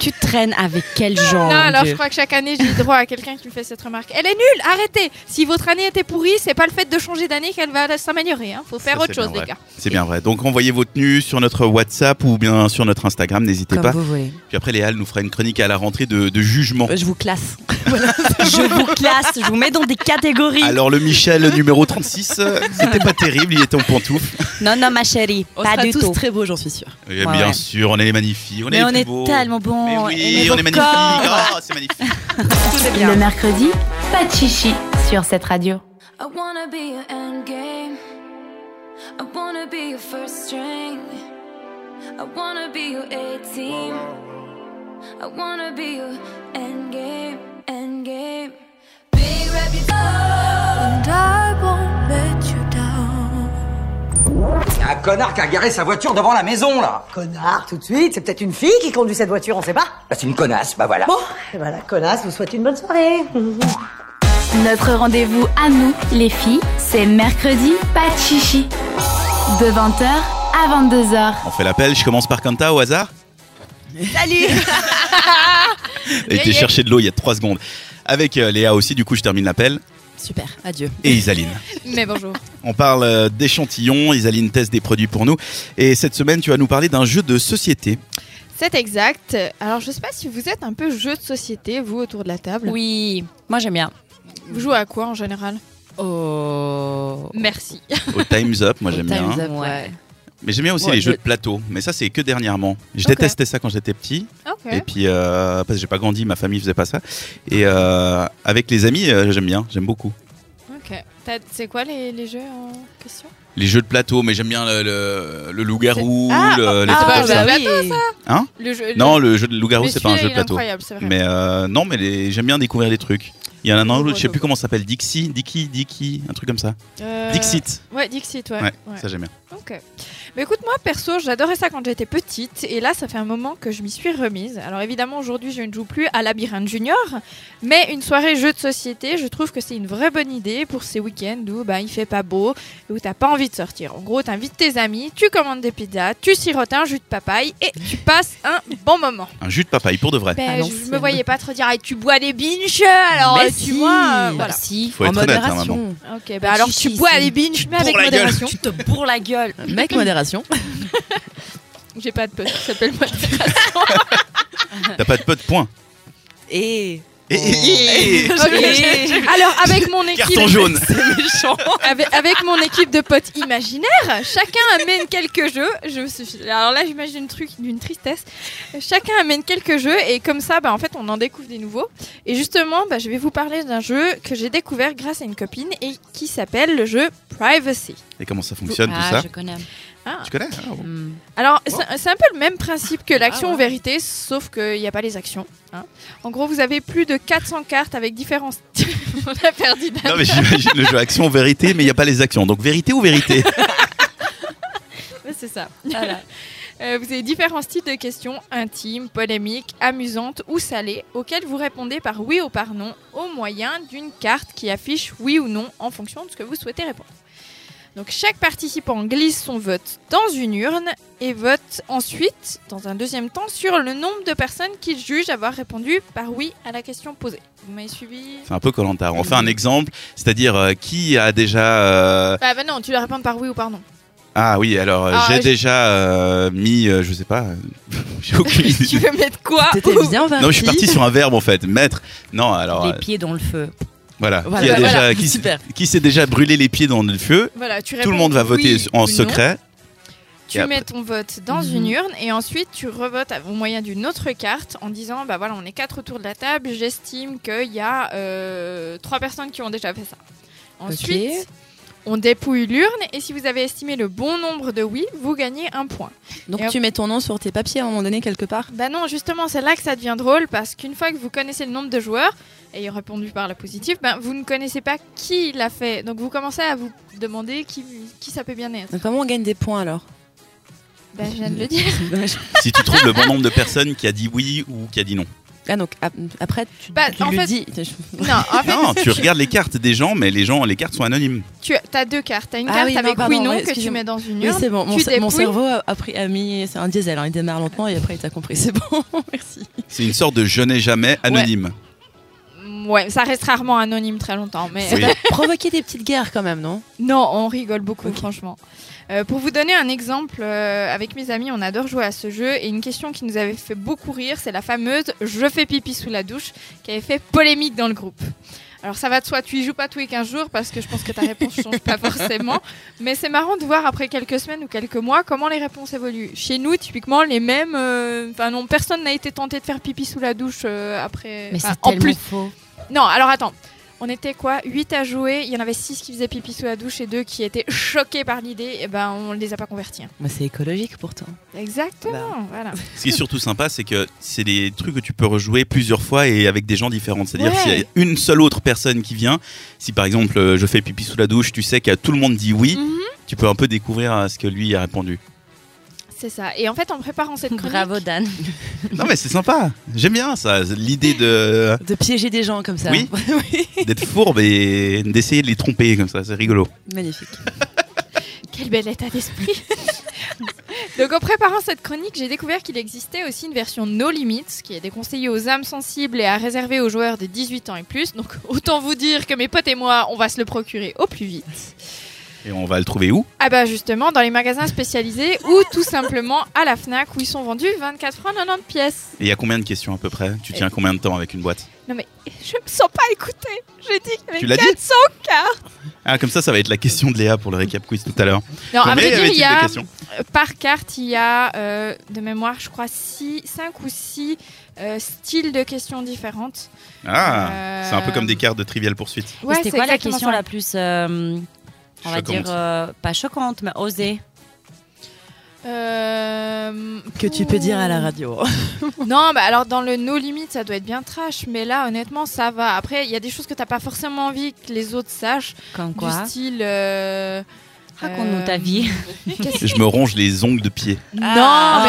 Speaker 6: Tu traînes avec quel genre
Speaker 7: non,
Speaker 6: mon
Speaker 7: alors
Speaker 6: Dieu
Speaker 7: je crois que chaque année j'ai droit à quelqu'un qui me fait cette remarque. Elle est nulle, arrêtez Si votre année était pourrie, c'est pas le fait de changer d'année qu'elle va s'améliorer. Hein. Faut faire
Speaker 4: Ça,
Speaker 7: autre
Speaker 4: c'est
Speaker 7: chose,
Speaker 4: bien
Speaker 7: les
Speaker 4: vrai.
Speaker 7: gars.
Speaker 4: C'est bien vrai. Donc envoyez vos tenues sur notre WhatsApp ou bien sur notre Instagram, n'hésitez
Speaker 6: Comme
Speaker 4: pas.
Speaker 6: vous voulez.
Speaker 4: Puis après, Léal nous fera une chronique à la rentrée de, de jugement.
Speaker 5: Je vous classe.
Speaker 6: Je vous classe, je vous mets dans des catégories.
Speaker 4: Alors le Michel numéro 36, euh, c'était pas terrible, il était en pantoufle.
Speaker 6: Non, non, ma chérie,
Speaker 5: On
Speaker 6: pas
Speaker 5: sera
Speaker 6: du
Speaker 5: tous
Speaker 6: tout.
Speaker 5: très beaux, j'en suis sûre.
Speaker 4: Et
Speaker 6: Ouais,
Speaker 4: bien
Speaker 6: ouais.
Speaker 4: sûr, on est les magnifiques, on est
Speaker 6: Mais
Speaker 4: les
Speaker 6: on
Speaker 4: plus
Speaker 6: est
Speaker 4: beaux.
Speaker 6: tellement bons.
Speaker 4: Mais
Speaker 6: aimez
Speaker 4: oui,
Speaker 6: vos
Speaker 4: on est magnifiques.
Speaker 6: corps.
Speaker 4: Oh, c'est magnifique.
Speaker 6: Tout est bien.
Speaker 3: Le mercredi, pas de chichi sur cette radio.
Speaker 2: I wanna be your end game. I wanna be your first string. I wanna be your A team. I wanna be your end game, end game. Big reputation, and I won't let you down.
Speaker 9: Y a un connard qui a garé sa voiture devant la maison, là
Speaker 1: Connard, tout de suite, c'est peut-être une fille qui conduit cette voiture, on sait pas.
Speaker 9: Bah, c'est une connasse, bah voilà.
Speaker 1: Bon, et ben la connasse vous souhaite une bonne soirée.
Speaker 3: Notre rendez-vous à nous, les filles, c'est mercredi, pas de chichi. De 20h à 22h.
Speaker 4: On fait l'appel, je commence par Kanta au hasard. Salut Elle était chercher de l'eau il y a 3 secondes. Avec euh, Léa aussi, du coup je termine l'appel.
Speaker 5: Super, adieu.
Speaker 4: Et Isaline.
Speaker 7: Mais bonjour.
Speaker 4: On parle euh, d'échantillons, Isaline teste des produits pour nous. Et cette semaine, tu vas nous parler d'un jeu de société.
Speaker 7: C'est exact. Alors je sais pas si vous êtes un peu jeu de société, vous, autour de la table.
Speaker 6: Oui, moi j'aime bien.
Speaker 7: Vous jouez à quoi en général
Speaker 6: Oh.
Speaker 7: Merci.
Speaker 4: Au Time's Up, moi j'aime bien.
Speaker 5: Time's Up,
Speaker 6: Ouais.
Speaker 5: ouais.
Speaker 4: Mais j'aime bien aussi
Speaker 5: Ouais,
Speaker 4: les
Speaker 5: je-
Speaker 4: jeux de plateau. Mais ça, c'est que dernièrement. Je
Speaker 7: Ok.
Speaker 4: détestais ça quand j'étais petit.
Speaker 7: Ok.
Speaker 4: Et puis, euh, parce que j'ai pas grandi, ma famille faisait pas ça. Et euh, avec les amis, euh, j'aime bien, j'aime beaucoup.
Speaker 7: Ok. T'as- C'est quoi les, les jeux en question
Speaker 4: Les jeux de plateau, mais j'aime bien le, le- le loup-garou,
Speaker 7: Ah,
Speaker 4: le, les
Speaker 7: ah,
Speaker 4: trucs
Speaker 7: bah,
Speaker 4: comme ça. Hein
Speaker 7: bah, le
Speaker 4: Non, le jeu de loup-garou,
Speaker 7: Mais
Speaker 4: c'est pas un
Speaker 7: celui-là,
Speaker 4: jeu
Speaker 7: il
Speaker 4: de
Speaker 7: est
Speaker 4: plateau.
Speaker 7: incroyable, c'est vrai.
Speaker 4: Mais euh, non, mais les- j'aime bien découvrir des trucs. Il y en a un
Speaker 7: Je vois,
Speaker 4: autre, je sais
Speaker 7: je
Speaker 4: plus comment ça s'appelle, Dixie, Dixie, Dixie, un truc comme ça.
Speaker 7: Euh,
Speaker 4: Dixit.
Speaker 7: Ouais, Dixit, ouais.
Speaker 4: Ouais,
Speaker 7: Ouais.
Speaker 4: ça j'aime bien.
Speaker 7: Ok. Mais écoute, moi perso, j'adorais ça quand j'étais petite, et là, ça fait un moment que je m'y suis remise. Alors évidemment, aujourd'hui, je ne joue plus à Labyrinthe Junior, mais une soirée jeu de société, je trouve que c'est une vraie bonne idée pour ces week-ends où bah, il fait pas beau et où t'as pas envie de sortir. En gros, t'invites tes amis, tu commandes des pizzas, tu sirotes un jus de papaye et tu passes un bon moment.
Speaker 4: Un jus de papaye pour de vrai.
Speaker 7: Ben,
Speaker 5: À
Speaker 7: je me
Speaker 5: l'ancienne.
Speaker 7: voyais pas trop dire, Ah, tu bois des binges, alors
Speaker 5: Mais
Speaker 7: euh,
Speaker 5: si.
Speaker 7: tu vois, euh, voilà.
Speaker 6: Si.
Speaker 4: Faut
Speaker 5: en
Speaker 4: être honnête, hein,
Speaker 5: modération.
Speaker 4: maman.
Speaker 7: Ok, bah alors tu
Speaker 6: Chichi,
Speaker 7: bois
Speaker 6: c'est-
Speaker 7: des binges, mais avec
Speaker 4: bourres la gueule.
Speaker 7: modération.
Speaker 6: Tu te bourres la gueule.
Speaker 5: Mec, modération.
Speaker 7: J'ai pas de pote qui s'appelle modération.
Speaker 4: T'as pas de pote, point.
Speaker 5: Et.
Speaker 4: Eh,
Speaker 7: Oh.
Speaker 4: eh, eh.
Speaker 7: Alors avec mon équipe,
Speaker 4: Carton jaune.
Speaker 7: avec, avec mon équipe de potes imaginaires, chacun amène quelques jeux. Je, me suis- alors là, j'imagine un truc d'une tristesse. Chacun amène quelques jeux et comme ça, bah, en fait, on en découvre des nouveaux. Et justement, bah, je vais vous parler d'un jeu que j'ai découvert grâce à une copine et qui s'appelle le jeu Privacy.
Speaker 4: Et comment ça fonctionne tout
Speaker 6: ah,
Speaker 4: ça
Speaker 6: je connais.
Speaker 7: Ah.
Speaker 4: Tu connais Ah, bon. Ah
Speaker 6: Hmm.
Speaker 7: Alors, c'est c'est un peu le même principe que l'action ou vérité, sauf qu'il n'y a pas les actions. hein. En gros, vous avez plus de 400 cartes avec différents. On a perdu Dan.
Speaker 4: Non, mais j'imagine le jeu action vérité, mais il n'y a pas les actions. Donc vérité ou vérité
Speaker 7: Ouais, C'est ça. Euh, vous avez différents styles de questions intimes, polémiques, amusantes ou salées, auxquelles vous répondez par oui ou par non au moyen d'une carte qui affiche oui ou non en fonction de ce que vous souhaitez répondre. Donc chaque participant glisse son vote dans une urne et vote ensuite, dans un deuxième temps, sur le nombre de personnes qu'il juge avoir répondu par oui à la question posée. Vous m'avez suivi
Speaker 4: C'est un peu Colanta. On fait un exemple, c'est-à-dire euh, qui a déjà. euh,
Speaker 7: Ah bah non, tu dois répondre par oui ou par non.
Speaker 4: Ah oui, alors euh,
Speaker 7: Ah,
Speaker 4: j'ai
Speaker 7: je-
Speaker 4: déjà euh, mis, euh, je sais pas, euh, j'ai aucune
Speaker 7: tu
Speaker 4: idée.
Speaker 7: veux mettre quoi
Speaker 5: T'étais
Speaker 7: ou-
Speaker 5: bien parti.
Speaker 4: Non, je suis parti sur un verbe en fait, mettre. Non, alors euh,
Speaker 6: Les pieds dans le feu.
Speaker 4: voilà.
Speaker 5: Voilà,
Speaker 4: qui a
Speaker 5: voilà,
Speaker 4: déjà, qui,
Speaker 5: super.
Speaker 4: qui s'est déjà brûlé les pieds dans le feu
Speaker 7: Voilà, tu
Speaker 4: Tout le
Speaker 7: réponds
Speaker 4: monde va voter
Speaker 7: oui
Speaker 4: en
Speaker 7: ou non.
Speaker 4: secret.
Speaker 7: Tu
Speaker 4: Et après-
Speaker 7: mets ton vote dans une urne et ensuite tu revotes à- au moyen d'une autre carte en disant bah voilà on est quatre autour de la table j'estime qu'il y a euh, trois personnes qui ont déjà fait ça. Ensuite on dépouille l'urne et si vous avez estimé le bon nombre de oui vous gagnez un point.
Speaker 5: Donc
Speaker 7: Et hop.
Speaker 5: tu mets ton nom sur tes papiers à un moment donné quelque part.
Speaker 7: Bah non justement c'est là que ça devient drôle parce qu'une fois que vous connaissez le nombre de joueurs ayant répondu par la positive ben vous ne connaissez pas qui l'a fait donc vous commencez à vous demander qui, qui ça peut bien être.
Speaker 5: Donc comment on gagne des points alors
Speaker 7: Ben je viens de le dire.
Speaker 4: Si tu trouves le bon nombre de personnes qui a dit oui ou qui a dit non.
Speaker 5: Ah donc ap- après tu,
Speaker 7: Bah,
Speaker 5: tu
Speaker 7: en
Speaker 5: lui
Speaker 7: fait-
Speaker 5: dis.
Speaker 7: Non en fait
Speaker 4: Non, tu regardes les cartes des gens, mais les gens, les cartes sont anonymes.
Speaker 7: Tu as deux cartes. Tu as une
Speaker 5: Ah
Speaker 7: carte
Speaker 5: oui, non,
Speaker 7: avec
Speaker 5: pardon,
Speaker 7: oui, non
Speaker 5: ouais,
Speaker 7: que tu
Speaker 5: excusez-moi.
Speaker 7: mets dans une
Speaker 5: Oui
Speaker 7: urne.
Speaker 5: c'est bon. Mon,
Speaker 7: tu
Speaker 5: cer- mon
Speaker 7: dépouilles.
Speaker 5: cerveau a, a pris a mis c'est un diesel. hein, il démarre lentement et après il t'a compris. C'est bon. Merci.
Speaker 4: C'est une sorte de je n'ai jamais anonyme.
Speaker 7: Mm, Ouais, ça reste rarement anonyme très longtemps, mais
Speaker 4: Oui.
Speaker 5: Provoquer des petites guerres quand même non
Speaker 7: non, on rigole beaucoup,
Speaker 5: Ok.
Speaker 7: franchement. Euh, pour vous donner un exemple, euh, avec mes amis, on adore jouer à ce jeu et une question qui nous avait fait beaucoup rire, c'est la fameuse "Je fais pipi sous la douche" qui avait fait polémique dans le groupe. Alors ça va de soi, tu y joues pas tous les 15 jours parce que je pense que ta réponse change pas forcément, mais c'est marrant de voir après quelques semaines ou quelques mois comment les réponses évoluent. Chez nous, typiquement, les mêmes, euh, enfin non, personne n'a été tenté de faire pipi sous la douche euh, après.
Speaker 6: Mais
Speaker 7: enfin,
Speaker 6: c'est
Speaker 7: en
Speaker 6: tellement
Speaker 7: plus
Speaker 6: faux.
Speaker 7: Non, alors attends. On était quoi 8 à jouer, il y en avait 6 qui faisaient pipi sous la douche et 2 qui étaient choqués par l'idée, et ben on les a pas convertis. hein.
Speaker 5: Mais c'est écologique pourtant.
Speaker 7: Exactement, voilà.
Speaker 4: Ce qui est surtout sympa, c'est que c'est des trucs que tu peux rejouer plusieurs fois et avec des gens différents. C'est-à-dire
Speaker 7: Ouais.
Speaker 4: s'il y a une seule autre personne qui vient, si par exemple euh, je fais pipi sous la douche, tu sais que tout le monde dit oui,
Speaker 7: Mhm.
Speaker 4: tu peux un peu découvrir euh, ce que lui a répondu.
Speaker 7: C'est ça. Et en fait, en préparant cette chronique,
Speaker 6: Bravo Dan.
Speaker 4: Non mais c'est sympa, j'aime bien ça, l'idée de
Speaker 5: De piéger des gens comme ça.
Speaker 4: Oui.
Speaker 5: Oui.
Speaker 4: d'être fourbe et d'essayer de les tromper comme ça, c'est rigolo.
Speaker 5: Magnifique.
Speaker 7: quel bel état d'esprit. Donc en préparant cette chronique, j'ai découvert qu'il existait aussi une version No Limits qui est déconseillée aux âmes sensibles et à réserver aux joueurs de 18 ans et plus. Donc autant vous dire que mes potes et moi, on va se le procurer au plus vite.
Speaker 4: Et on va le trouver où
Speaker 7: Ah bah justement dans les magasins spécialisés ou tout simplement à la Fnac où ils sont vendus 24 francs 90 pièces.
Speaker 4: Et il y a combien de questions à peu près Tu tiens combien de temps avec une boîte
Speaker 7: Non mais je me sens pas écoutée. J'ai dit qu'il y avait
Speaker 4: Tu l'as dit
Speaker 7: 400 cartes.
Speaker 4: Ah comme ça, ça va être la question de Léa pour le récap quiz tout à l'heure.
Speaker 7: Non, à
Speaker 4: Combien
Speaker 7: vrai
Speaker 4: y
Speaker 7: dire,
Speaker 4: avait-il
Speaker 7: il y
Speaker 4: de
Speaker 7: a
Speaker 4: questions
Speaker 7: euh, par carte, il y a euh, de mémoire, je crois 5 ou 6 styles de questions différentes.
Speaker 4: Ah,
Speaker 7: Euh,
Speaker 4: c'est un peu comme des cartes de Trivial Poursuite.
Speaker 7: Ouais,
Speaker 6: C'était quoi la
Speaker 7: exactement
Speaker 6: question
Speaker 7: ça.
Speaker 6: la plus, euh, on va
Speaker 4: Choquante.
Speaker 6: dire, euh, pas choquante, mais osée
Speaker 7: Euh,
Speaker 5: Que tu peux dire à la
Speaker 7: ouh.
Speaker 5: radio.
Speaker 7: Non, bah alors dans le no limit, ça doit être bien trash, mais là honnêtement, ça va. Après, il y a des choses que t'as pas forcément envie que les autres sachent,
Speaker 6: Comme quoi
Speaker 7: du style. euh,
Speaker 6: Raconte-nous
Speaker 7: euh,
Speaker 6: ta vie.
Speaker 4: Je me ronge les ongles de pied.
Speaker 7: Non, mais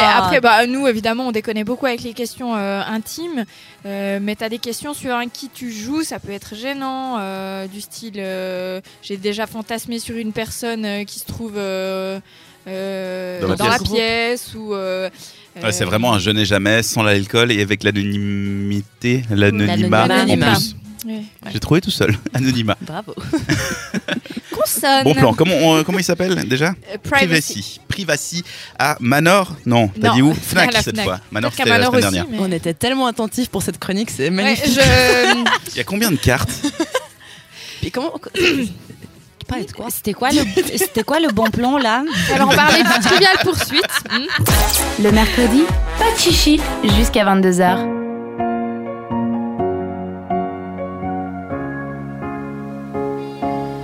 Speaker 6: Ah.
Speaker 7: après, bah, nous, évidemment, on déconne beaucoup avec les questions euh, intimes. Euh, mais t'as des questions sur un qui tu joues, ça peut être gênant. euh, du style, euh, j'ai déjà fantasmé sur une personne euh, qui se trouve euh, euh,
Speaker 4: Dans la
Speaker 7: la pièce. Ou, euh,
Speaker 4: Ouais, c'est vraiment un je n'ai jamais sans l'alcool et avec l'anonymité, l'anonymat en
Speaker 5: L'anonymat.
Speaker 4: plus.
Speaker 7: Ouais.
Speaker 4: J'ai trouvé tout seul, anonymat.
Speaker 5: Bravo.
Speaker 7: Consonne.
Speaker 4: Bon plan. Comment, on- comment il s'appelle déjà
Speaker 7: Euh, privacy.
Speaker 4: Privacy à Manor. Non, t'as
Speaker 7: Non,
Speaker 4: dit où
Speaker 7: c'est
Speaker 4: Fnac
Speaker 7: à la
Speaker 4: cette
Speaker 7: Fnac.
Speaker 4: fois. Manor,
Speaker 7: Peut-être qu'à
Speaker 4: c'était la
Speaker 7: Manor
Speaker 4: semaine
Speaker 7: aussi,
Speaker 4: dernière.
Speaker 7: mais-
Speaker 5: On était tellement attentifs pour cette chronique, c'est
Speaker 7: Ouais,
Speaker 5: magnifique.
Speaker 7: je...
Speaker 4: Il y a combien de cartes
Speaker 5: Puis comment Parler de quoi
Speaker 6: C'était quoi le, c'était quoi le bon plan là
Speaker 7: Alors, on parlait du trivial poursuite. Hmm.
Speaker 3: Le mercredi, pas de chichi jusqu'à 22h.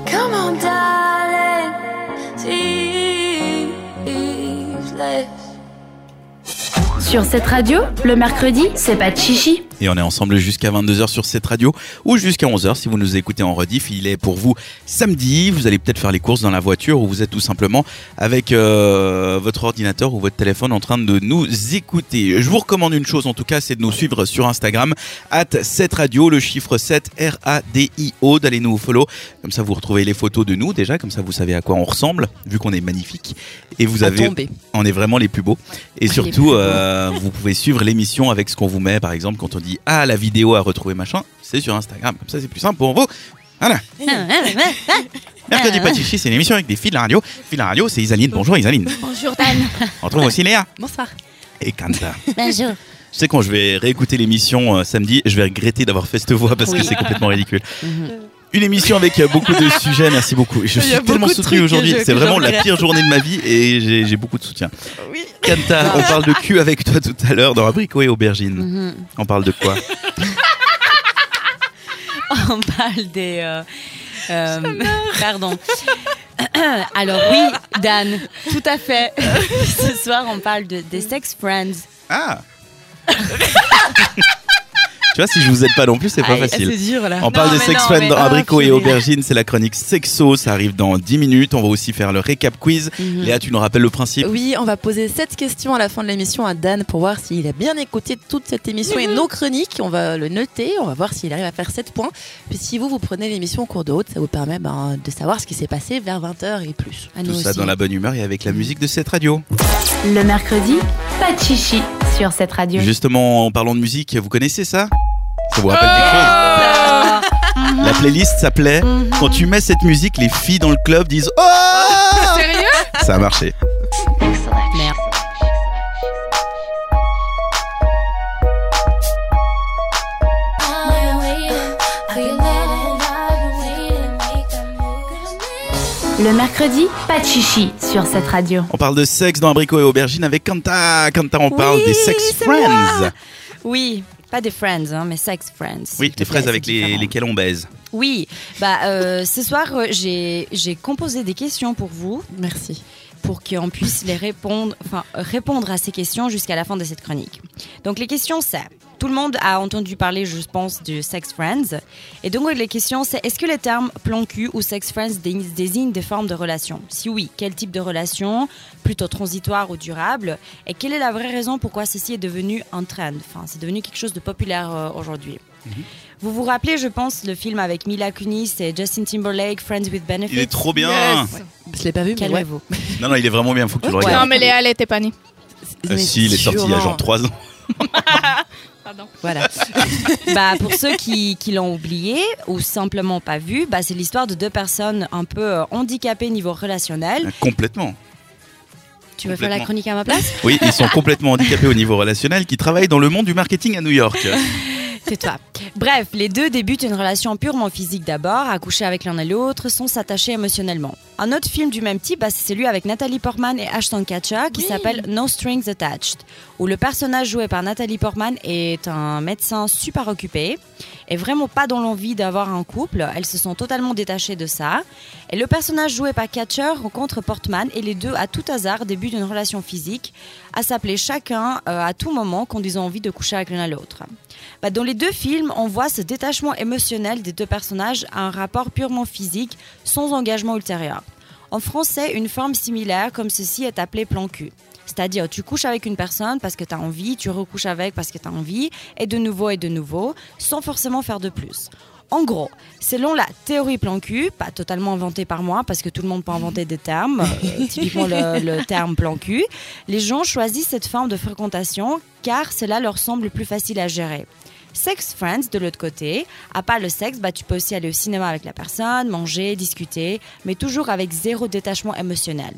Speaker 2: Come on, darling. See.
Speaker 3: Sur cette radio, le mercredi, c'est pas de chichi.
Speaker 4: Et on est ensemble jusqu'à 22h sur cette radio ou jusqu'à 11h si vous nous écoutez en rediff. Il est pour vous samedi. Vous allez peut-être faire les courses dans la voiture ou vous êtes tout simplement avec euh, votre ordinateur ou votre téléphone en train de nous écouter. Je vous recommande une chose en tout cas, c'est de nous suivre sur Instagram, at 7 radio, le chiffre 7, R-A-D-I-O. D'aller nous follow. Comme ça, vous retrouvez les photos de nous déjà. Comme ça, vous savez à quoi on ressemble vu qu'on est magnifique. Et vous
Speaker 5: à
Speaker 4: avez.
Speaker 5: tomber.
Speaker 4: On est vraiment les plus beaux. Et
Speaker 5: plus
Speaker 4: surtout,
Speaker 5: beaux.
Speaker 4: euh, vous pouvez suivre l'émission avec ce qu'on vous met. Par exemple, quand on dit Ah, la vidéo à retrouver, machin, c'est sur Instagram. Comme ça, c'est plus simple pour vous. Voilà. Mercredi Patichi, c'est une émission avec des filles de la radio. Filles de la radio, c'est Isaline. Bonjour Isaline.
Speaker 7: Bonjour Dan.
Speaker 4: On trouve aussi Léa
Speaker 5: Bonsoir.
Speaker 4: et Kanta. Je sais quand je vais réécouter l'émission euh, samedi, je vais regretter d'avoir fait cette voix parce que c'est complètement ridicule. Une émission avec euh, beaucoup de sujets, merci beaucoup. Je
Speaker 5: Mhm. Il y a
Speaker 4: suis tellement
Speaker 5: beaucoup de
Speaker 4: soutenu
Speaker 5: trucs
Speaker 4: aujourd'hui,
Speaker 5: que je-
Speaker 4: c'est
Speaker 5: que
Speaker 4: vraiment
Speaker 5: j'aimerais.
Speaker 4: la pire journée de ma vie et j'ai- j'ai beaucoup de soutien.
Speaker 5: Oui.
Speaker 4: Kanta, on parle de cul avec toi tout à l'heure dans Abricot et Aubergine.
Speaker 5: Mhm.
Speaker 4: On parle de quoi
Speaker 6: on parle des. euh, euh, pardon. Alors oui, Dan, tout à fait. Ce soir, on parle de, des sex friends.
Speaker 4: Ah Tu vois, si je vous aide pas non plus, c'est pas
Speaker 5: Aïe,
Speaker 4: facile.
Speaker 5: C'est dur là.
Speaker 4: On parle
Speaker 7: Non,
Speaker 4: de
Speaker 7: mais
Speaker 4: sex
Speaker 7: non,
Speaker 4: friends
Speaker 7: mais-
Speaker 4: dans
Speaker 7: Ah,
Speaker 4: Abricot et
Speaker 7: purée.
Speaker 4: Aubergine, c'est la chronique sexo, ça arrive dans 10 minutes, on va aussi faire le récap quiz.
Speaker 5: Mhm.
Speaker 4: Léa, tu nous rappelles le principe
Speaker 5: Oui, on va poser cette question à la fin de l'émission à Dan pour voir s'il a bien écouté toute cette émission
Speaker 7: Mhm.
Speaker 5: et nos chroniques. On va le noter, on va voir s'il arrive à faire 7 points. Puis si vous, vous prenez l'émission en cours de route, ça vous permet ben, de savoir ce qui s'est passé vers 20h et plus.
Speaker 6: À
Speaker 4: Tout
Speaker 6: nous
Speaker 4: ça
Speaker 6: aussi.
Speaker 4: dans la bonne humeur et avec la musique de cette radio.
Speaker 3: Le mercredi, pas de chichi. Sur cette radio.
Speaker 4: Justement, en parlant de musique, vous connaissez ça Ça vous rappelle quelque chose La playlist s'appelait Quand tu mets cette musique, les filles dans le club disent Oh
Speaker 7: Sérieux
Speaker 4: Ça a marché.
Speaker 6: Merde.
Speaker 3: Le mercredi, pas de chichi. Sur cette radio.
Speaker 4: On parle de sexe dans Abricot et Aubergine avec Kanta. Kanta, on parle
Speaker 6: Oui,
Speaker 4: des sex
Speaker 6: c'est
Speaker 4: friends.
Speaker 6: moi. Oui, pas des friends, hein, mais sex friends.
Speaker 4: Oui,
Speaker 6: s'il
Speaker 4: les
Speaker 6: te plaît,
Speaker 4: fraises avec
Speaker 6: c'est
Speaker 4: les,
Speaker 6: différent.
Speaker 4: lesquelles on baise.
Speaker 6: Oui, bah, euh, ce soir, euh, j'ai j'ai composé des questions pour vous,
Speaker 5: Merci.
Speaker 6: pour qu'on puisse les répondre, enfin, répondre à ces questions jusqu'à la fin de cette chronique. Donc, les questions, c'est. Tout le monde a entendu parler, je pense, du sex friends. Et donc, les questions, c'est est-ce que les termes plan cul ou sex friends dé- désignent des formes de relations Si oui, quel type de relation Plutôt transitoire ou durable Et quelle est la vraie raison pourquoi ceci est devenu un trend Enfin, c'est devenu quelque chose de populaire euh, aujourd'hui.
Speaker 4: Mm-hmm.
Speaker 6: Vous vous rappelez, je pense, le film avec Mila Kunis et Justin Timberlake, Friends with Benefits
Speaker 4: Il est trop bien.
Speaker 5: Je l'ai pas vu, mais ouais.
Speaker 6: Calmez-vous.
Speaker 4: Non, non, il est vraiment bien. Faut que tu le
Speaker 5: Ouais.
Speaker 7: Non,
Speaker 4: regardes.
Speaker 7: mais Léa, elle était pas née.
Speaker 4: Euh,
Speaker 5: Mais
Speaker 4: si, il est sorti il y a
Speaker 5: sûrement.
Speaker 4: genre 3 ans.
Speaker 7: Pardon.
Speaker 5: Voilà.
Speaker 6: bah, pour ceux qui, qui l'ont oublié ou simplement pas vu, bah, c'est l'histoire de deux personnes un peu euh, handicapées niveau relationnel.
Speaker 4: Complètement.
Speaker 6: Tu veux faire la
Speaker 4: complètement.
Speaker 6: chronique à ma place
Speaker 4: Oui, ils sont complètement handicapés au niveau relationnel, qui travaillent dans le monde du marketing à New York.
Speaker 6: Tais-toi. Bref, les deux débutent une relation purement physique d'abord, accouchés avec l'un et l'autre, sans s'attacher émotionnellement. Un autre film du même type, bah, c'est celui avec Nathalie Portman et Ashton Kutcher qui s'appelle No Strings Attached, où le personnage joué par Nathalie Portman est un médecin super occupé et vraiment pas dans l'envie d'avoir un couple. Elles se sont totalement détachées de ça. Et le personnage joué par Catcher rencontre Portman et les deux, à tout hasard, débutent une relation physique à s'appeler chacun euh, à tout moment quand ils ont envie de coucher avec l'un à l'autre. Bah, dans les deux films, on voit ce détachement émotionnel des deux personnages à un rapport purement physique, sans engagement ultérieur. En français, une forme similaire comme ceci est appelée plan cul. C'est-à-dire, tu couches avec une personne parce que tu as envie, tu recouches avec parce que tu as envie, et de nouveau et de nouveau, sans forcément faire de plus. En gros, selon la théorie plan cul, pas totalement inventée par moi parce que tout le monde peut inventer des termes, euh, typiquement le, le terme plan cul, les gens choisissent cette forme de fréquentation car cela leur semble plus facile à gérer. Sex Friends, de l'autre côté, à part le sexe, bah, tu peux aussi aller au cinéma avec la personne, manger, discuter, mais toujours avec zéro détachement émotionnel.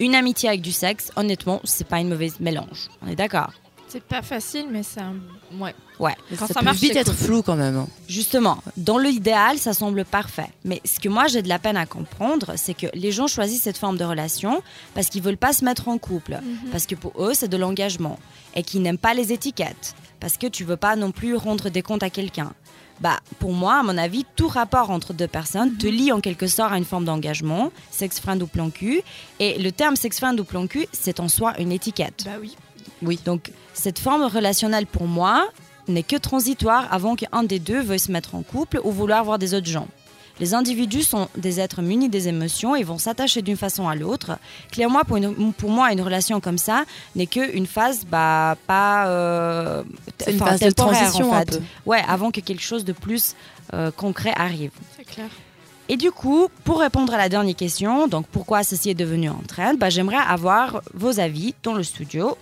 Speaker 6: Une amitié avec du sexe, honnêtement, c'est pas une mauvaise mélange. On est d'accord
Speaker 7: C'est pas facile, mais c'est un. Ouais.
Speaker 6: Ouais.
Speaker 7: Quand ça,
Speaker 5: Ça, peut
Speaker 7: marche,
Speaker 5: vite
Speaker 7: c'est
Speaker 5: être
Speaker 7: cool.
Speaker 5: flou quand même. hein.
Speaker 6: Justement, dans l'idéal, ça semble parfait. Mais ce que moi j'ai de la peine à comprendre, c'est que les gens choisissent cette forme de relation parce qu'ils veulent pas se mettre en couple, parce que pour eux c'est de l'engagement et qu'ils n'aiment pas les étiquettes, parce que tu veux pas non plus rendre des comptes à quelqu'un. Bah, pour moi, à mon avis, tout rapport entre deux personnes te lie en quelque sorte à une forme d'engagement, sex friend ou plan cul. Et le terme sex friend ou plan cul, c'est en soi une étiquette.
Speaker 7: Bah oui.
Speaker 6: Oui. Donc cette forme relationnelle pour moi n'est que transitoire avant qu'un des deux veuille se mettre en couple ou vouloir voir des autres gens. Les individus sont des êtres munis des émotions et vont s'attacher d'une façon à l'autre. Clairement, pour, une- pour moi, une relation comme ça n'est qu'une phase bah, pas. euh,
Speaker 5: C'est une
Speaker 6: enfin,
Speaker 5: phase de
Speaker 6: temporaire,
Speaker 5: transition
Speaker 6: en
Speaker 5: un
Speaker 6: fait.
Speaker 5: peu.
Speaker 6: Ouais, avant que quelque chose de plus euh, concret arrive.
Speaker 7: C'est clair.
Speaker 6: Et du coup, pour répondre à la dernière question, donc pourquoi ceci est devenu en train, bah, j'aimerais avoir vos avis dans le studio.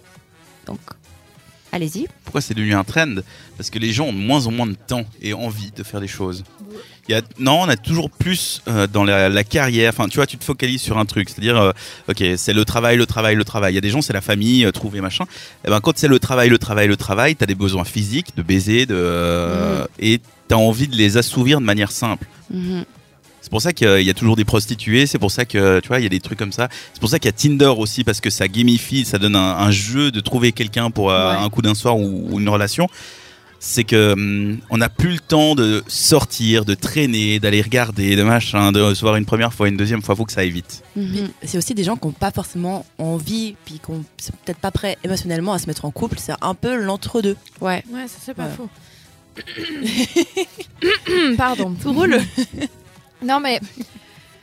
Speaker 6: Donc, allez-y.
Speaker 4: Pourquoi c'est devenu un trend Parce que les gens ont de moins en moins de temps et envie de faire des choses. Il y a, non, on a toujours plus euh, dans la, la carrière. Enfin, tu vois, tu te focalises sur un truc. C'est-à-dire, euh, ok, c'est le travail, le travail, le travail. Il y a des gens, c'est la famille, euh, trouver machin. Et ben, quand c'est le travail, le travail, le travail, t'as des besoins physiques, de baiser, de euh, et t'as envie de les assouvir de manière simple. C'est pour ça qu'il y a- il y a toujours des prostituées, c'est pour ça que tu vois, il y a des trucs comme ça. C'est pour ça qu'il y a Tinder aussi, parce que ça gamifie, ça donne un, un jeu de trouver quelqu'un pour euh,
Speaker 6: Ouais.
Speaker 4: un coup d'un soir ou, ou une relation. C'est que hum, on n'a plus le temps de sortir, de traîner, d'aller regarder, de machin, de se voir une première fois, une deuxième fois, faut que ça évite.
Speaker 5: Puis, C'est aussi des gens qui n'ont pas forcément envie, puis qui sont peut-être pas prêts émotionnellement à se mettre en couple. C'est un peu l'entre-deux.
Speaker 6: Ouais.
Speaker 7: Ouais, ça c'est pas
Speaker 5: Ouais.
Speaker 7: faux. Pardon. Tout roule. non mais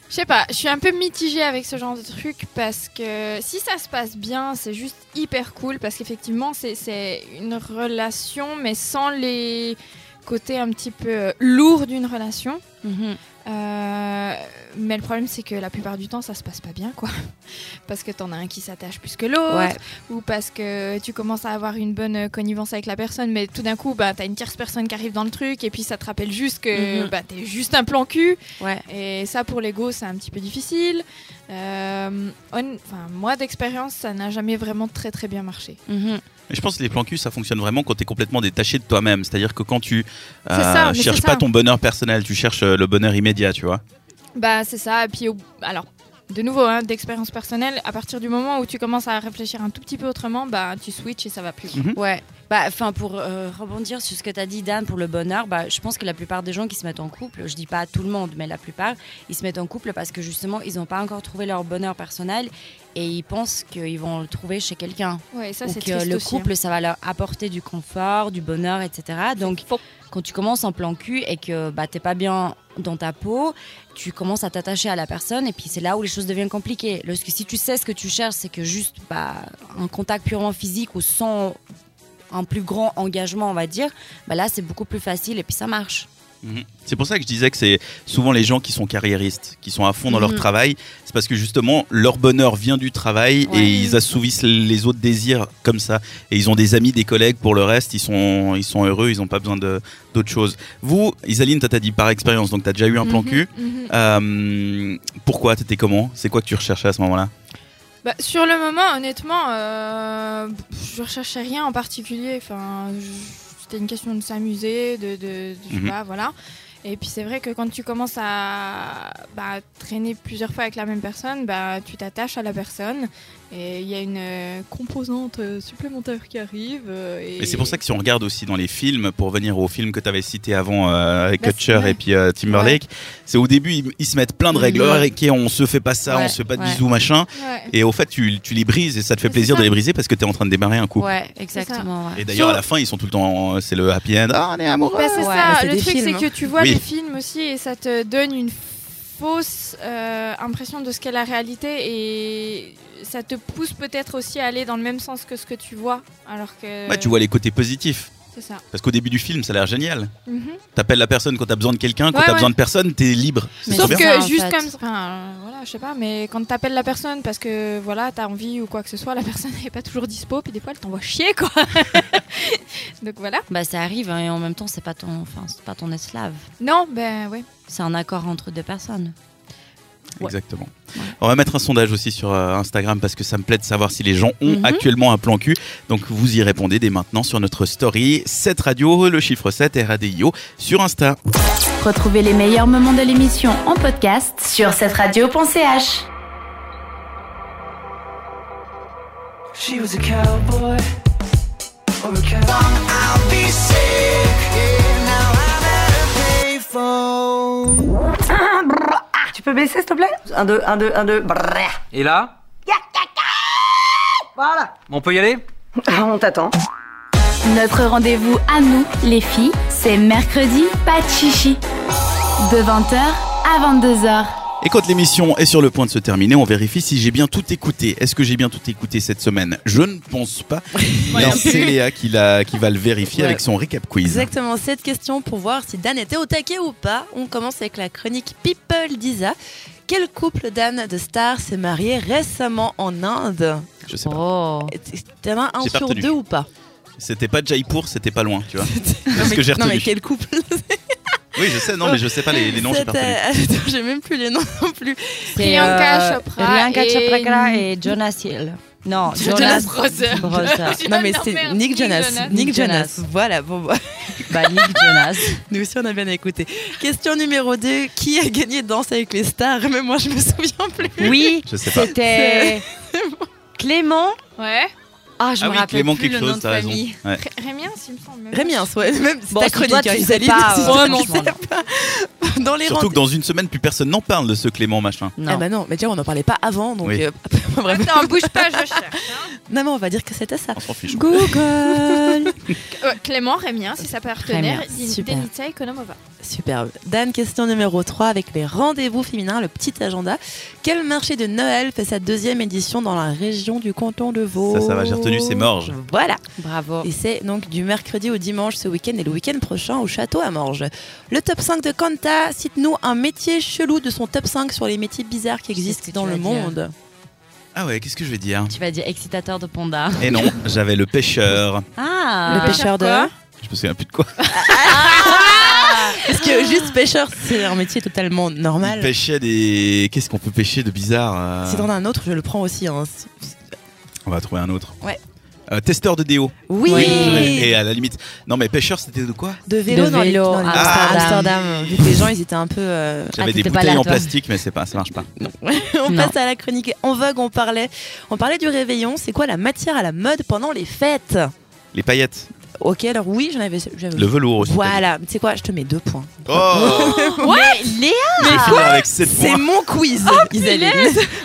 Speaker 7: je sais pas, je suis un peu mitigée avec ce genre de truc parce que si ça se passe bien, c'est juste hyper cool parce qu'effectivement c'est- c'est une relation mais sans les côtés un petit peu euh, lourds d'une relation.
Speaker 6: Mhm,
Speaker 7: Euh, mais le problème c'est que la plupart du temps ça se passe pas bien quoi. Parce que t'en as un qui s'attache plus que l'autre
Speaker 6: Ouais.
Speaker 7: ou parce que tu commences à avoir une bonne euh, connivence avec la personne, mais tout d'un coup, bah, t'as une tierce personne qui arrive dans le truc, et puis ça te rappelle juste que
Speaker 6: Mhm.
Speaker 7: bah, t'es juste un plan cul.
Speaker 6: Ouais.
Speaker 7: Et ça, pour l'ego, c'est un petit peu difficile. Euh, on- enfin, moi, d'expérience, ça n'a jamais vraiment très très bien marché.
Speaker 6: mhm,
Speaker 4: Et je pense que les plans cul, ça fonctionne vraiment quand tu es complètement détaché de toi-même. C'est-à-dire que quand tu euh,
Speaker 7: C'est ça, mais c'est
Speaker 4: cherches
Speaker 7: ça.
Speaker 4: pas ton bonheur personnel, tu cherches euh, le bonheur immédiat, tu vois.
Speaker 7: Bah, c'est ça. Et puis, au- alors, de nouveau, hein, d'expérience personnelle, à partir du moment où tu commences à réfléchir un tout petit peu autrement, bah, tu switches et ça va plus. quoi.
Speaker 6: Ouais. Bah, enfin, pour euh, rebondir sur ce que tu as dit, Dan, pour le bonheur, bah, je pense que la plupart des gens qui se mettent en couple, je dis pas tout le monde, mais la plupart, ils se mettent en couple parce que justement, ils n'ont pas encore trouvé leur bonheur personnel et ils pensent qu'ils vont le trouver chez quelqu'un.
Speaker 7: Ouais, et ça,
Speaker 6: ou
Speaker 7: c'est
Speaker 6: que
Speaker 7: triste
Speaker 6: le
Speaker 7: aussi, hein.
Speaker 6: couple, ça va leur apporter du confort, du bonheur, etc. Donc,
Speaker 7: Faut-
Speaker 6: quand tu commences en plan cul et que bah, t'es pas bien dans ta peau, tu commences à t'attacher à la personne et puis c'est là où les choses deviennent compliquées. Lorsque si tu sais ce que tu cherches, c'est que juste bah, un contact purement physique ou sans un plus grand engagement, on va dire, bah là c'est beaucoup plus facile et puis ça marche.
Speaker 4: Mhm. C'est pour ça que je disais que c'est souvent les gens qui sont carriéristes, qui sont à fond dans leur
Speaker 6: Mhm.
Speaker 4: travail. C'est parce que justement, leur bonheur vient du travail
Speaker 6: Ouais.
Speaker 4: et ils assouvissent les autres désirs comme ça. Et ils ont des amis, des collègues pour le reste. Ils sont, ils sont heureux, ils n'ont pas besoin de- d'autre chose. Vous, Isaline, t'as t'as dit par expérience, donc t'as déjà eu un plan
Speaker 7: Mhm,
Speaker 4: cul.
Speaker 7: mhm.
Speaker 4: Euh, pourquoi T'étais comment C'est quoi que tu recherchais à ce moment-là
Speaker 7: Bah, sur le moment, honnêtement, euh, je recherchais rien en particulier. Enfin, je- c'était une question de s'amuser, de, de, de- je sais
Speaker 4: Mhm.
Speaker 7: pas, voilà. Et puis c'est vrai que quand tu commences à bah, traîner plusieurs fois avec la même personne, bah, tu t'attaches à la personne et il y a une euh, composante euh, supplémentaire qui arrive. euh, et
Speaker 4: Et c'est pour ça que si on regarde aussi dans les films, pour revenir aux films que tu avais cités avant, euh, avec
Speaker 7: Bah,
Speaker 4: Kutcher
Speaker 7: c'est- Mm.
Speaker 4: et puis euh, Timberlake, c'est au début, ils, ils se mettent plein de règles.
Speaker 6: Mhm.
Speaker 4: Ouais, ok, on se fait pas ça,
Speaker 6: Ouais,
Speaker 4: on se fait pas de
Speaker 6: ouais.
Speaker 4: bisous, machin.
Speaker 7: Ouais.
Speaker 4: Et au fait, tu, tu les brises et ça te fait
Speaker 7: Mais
Speaker 4: plaisir
Speaker 7: c'est
Speaker 4: de
Speaker 7: ça.
Speaker 4: les briser parce que tu es en train de démarrer un couple.
Speaker 6: Ouais,
Speaker 7: exactement,
Speaker 4: Et d'ailleurs, à la fin, ils sont tout le temps. en- C'est le happy end. Ah, on est amoureux.
Speaker 7: Bah, c'est
Speaker 6: Ouais,
Speaker 7: ça,
Speaker 5: mais c'est
Speaker 7: le
Speaker 5: des
Speaker 7: truc
Speaker 5: films,
Speaker 7: c'est que tu vois
Speaker 4: Oui.
Speaker 7: les films aussi et ça te donne une fausse euh, impression de ce qu'est la réalité et ça te pousse peut-être aussi à aller dans le même sens que ce que tu vois alors que
Speaker 4: Ouais, Bah, tu vois les côtés positifs.
Speaker 7: c'est ça.
Speaker 4: Parce qu'au début du film, ça a l'air génial.
Speaker 7: Mhm.
Speaker 4: T'appelles la personne quand t'as besoin de quelqu'un, quand
Speaker 7: Ouais,
Speaker 4: t'as
Speaker 7: ouais.
Speaker 4: besoin de personne, t'es libre.
Speaker 6: Mais
Speaker 4: C'est trop
Speaker 7: Sauf
Speaker 6: c'est
Speaker 4: bien.
Speaker 7: que
Speaker 6: ça, en
Speaker 7: juste
Speaker 6: fait.
Speaker 7: comme enfin euh, voilà, je sais pas mais quand t'appelles la personne parce que voilà, t'as envie ou quoi que ce soit, la personne n'est pas toujours dispo puis des fois elle t'envoie chier quoi. Donc voilà.
Speaker 6: Bah ça arrive hein, et en même temps c'est pas ton, enfin c'est pas ton esclave,
Speaker 7: Non, ben ouais.
Speaker 6: c'est un accord entre deux personnes.
Speaker 7: Ouais.
Speaker 4: Exactement. On va mettre un sondage aussi sur euh, Instagram parce que ça me plaît de savoir si les gens ont
Speaker 6: Mhm.
Speaker 4: actuellement un plan cul. Donc vous y répondez dès maintenant sur notre story 7 radio, le chiffre 7 RADIO sur Insta.
Speaker 3: Retrouvez les meilleurs moments de l'émission en podcast sur cette radio.ch.
Speaker 10: She was a cowboy or a cow. I'll be sick. now I'm at a payphone.
Speaker 1: Ah, tu peux baisser s'il te plaît Un, deux, un, deux, un, deux. Brrr.
Speaker 9: Et là
Speaker 1: Voilà.
Speaker 9: On peut y aller
Speaker 1: Ah, on t'attend.
Speaker 3: Notre rendez-vous à nous, les filles, c'est mercredi, pas de chichi. De 20h à 22h.
Speaker 4: Et quand l'émission est sur le point de se terminer, on vérifie si j'ai bien tout écouté. Est-ce que j'ai bien tout écouté cette semaine Je ne pense pas. Mais c'est Léa qui, l'a- qui va le vérifier
Speaker 5: Ouais.
Speaker 4: avec son récap quiz.
Speaker 5: Exactement, cette question pour voir si Dan était au taquet ou pas. On commence avec la chronique People d'Isa. Quel couple d'ânes de stars s'est marié récemment en Inde
Speaker 4: Je sais pas.
Speaker 7: Oh.
Speaker 5: T'en as un
Speaker 4: J'ai pas
Speaker 5: sur
Speaker 4: retenu.
Speaker 5: deux ou pas
Speaker 4: C'était pas Jaipur, c'était pas loin, tu vois.
Speaker 5: Non,
Speaker 4: Parce
Speaker 5: mais-
Speaker 4: que j'ai
Speaker 5: Non mais
Speaker 4: retenu.
Speaker 5: quel couple
Speaker 4: Oui, je sais, non, mais je sais pas les, les noms, j'ai pas retenu.
Speaker 5: C'était- euh, Attends, j'ai même plus les noms non plus.
Speaker 6: C'est,
Speaker 7: Priyanka
Speaker 6: euh,
Speaker 7: Chopra
Speaker 6: Priyanka
Speaker 7: et-
Speaker 6: Chopra et Jonas Hill. Non,
Speaker 7: Jonas
Speaker 6: Jonas,
Speaker 7: Brothers.
Speaker 5: Non mais c'est
Speaker 7: merde,
Speaker 5: Nick Jonas. Nick Jonas. Voilà, bon, bah,
Speaker 6: Bah, Nick Jonas.
Speaker 5: nous aussi on a bien écouté. Question numéro 2, qui a gagné Danse avec les stars Même moi je me souviens plus.
Speaker 6: Oui,
Speaker 4: Je sais pas.
Speaker 6: c'était Clément.
Speaker 7: Ouais.
Speaker 6: Ah, je
Speaker 4: Ah
Speaker 6: me
Speaker 4: oui,
Speaker 6: rappelle
Speaker 4: Clément
Speaker 6: plus
Speaker 4: quelque
Speaker 6: le nom
Speaker 4: chose,
Speaker 6: de
Speaker 4: t'as raison.
Speaker 6: famille.
Speaker 4: Ouais.
Speaker 7: Ré- Rémiens, il me semble. même.
Speaker 5: Rémi, hein, soit- même c'est
Speaker 6: Bon,
Speaker 5: ta
Speaker 6: si toi,
Speaker 5: chronique,
Speaker 6: tu
Speaker 5: hein,
Speaker 6: sais
Speaker 5: Isaline,
Speaker 6: pas,
Speaker 5: si
Speaker 6: euh,
Speaker 5: toi, tu
Speaker 6: franchement,
Speaker 5: sais pas. Dans les
Speaker 4: Surtout que
Speaker 5: rendez-vous.
Speaker 4: dans une semaine, plus personne n'en parle de ce Clément machin.
Speaker 5: Ah
Speaker 6: Non.
Speaker 5: bah non, mais déjà on n'en parlait pas avant, donc
Speaker 4: Oui.
Speaker 5: euh, bref.
Speaker 7: Attends, bouge pas, je cherche. hein.
Speaker 5: Non mais on va dire que c'était ça.
Speaker 4: On s'en fiche.
Speaker 6: Google.
Speaker 7: Euh, Clément Rémien, c'est sa partenaire,
Speaker 6: Rémien,
Speaker 7: Din-
Speaker 6: super.
Speaker 7: Denitsa Ekonomova.
Speaker 5: Superbe. Dan, question numéro 3 avec les rendez-vous féminins, le petit agenda. Quel marché de Noël fait sa deuxième édition dans la région du canton de Vaud
Speaker 4: Ça, ça va, j'ai retenu, c'est Morges.
Speaker 5: Voilà.
Speaker 6: Bravo.
Speaker 5: Et c'est donc du mercredi au dimanche ce week-end et le week-end prochain au château à Morges. Le top 5 de Kanta, cite-nous un métier chelou de son top 5 sur les métiers bizarres qui
Speaker 6: Je sais ce
Speaker 5: existent
Speaker 6: que
Speaker 5: dans
Speaker 6: tu
Speaker 5: le
Speaker 6: vas dire.
Speaker 5: monde.
Speaker 4: Ah ouais, qu'est-ce que je vais dire
Speaker 6: Tu vas dire excitateur de panda.
Speaker 4: Et non, j'avais le pêcheur.
Speaker 6: Ah.
Speaker 7: Euh,
Speaker 5: le pêcheur de...
Speaker 7: quoi
Speaker 4: Je me souviens plus de quoi.
Speaker 5: Parce que juste pêcheur, c'est un métier totalement
Speaker 4: Il
Speaker 5: normal.
Speaker 4: pêchait des. Qu'est-ce qu'on peut pêcher de bizarre euh,
Speaker 5: Si t'en as un autre, je le prends aussi. hein.
Speaker 4: On va trouver un autre.
Speaker 5: Ouais.
Speaker 4: Euh, testeur de déo.
Speaker 5: Oui,
Speaker 4: Et à la limite. Non, mais pêcheur, c'était de quoi
Speaker 5: De vélo,
Speaker 6: De
Speaker 5: dans les-
Speaker 6: vélo,
Speaker 5: dans les-
Speaker 6: Ah.
Speaker 5: Amsterdam. Vu que les gens, ils étaient un peu... euh,
Speaker 4: J'avais
Speaker 6: Ah,
Speaker 4: des
Speaker 6: t'étais pas
Speaker 4: bouteilles
Speaker 6: là,
Speaker 4: en
Speaker 6: toi.
Speaker 4: plastique, mais c'est pas, ça marche pas.
Speaker 5: on
Speaker 6: Non.
Speaker 5: passe à la chronique en vogue, on parlait, on parlait du réveillon. C'est quoi la matière à la mode pendant les fêtes
Speaker 4: Les paillettes.
Speaker 5: Ok, alors oui, j'en avais... j'avais-
Speaker 4: Le velours aussi.
Speaker 5: Mm. Voilà, tu sais quoi, je te mets deux points.
Speaker 4: Oh
Speaker 6: Mais Léa.
Speaker 4: Mais quoi Avec 7
Speaker 5: C'est
Speaker 4: points.
Speaker 5: mon quiz,
Speaker 6: Oh,
Speaker 5: Isaline.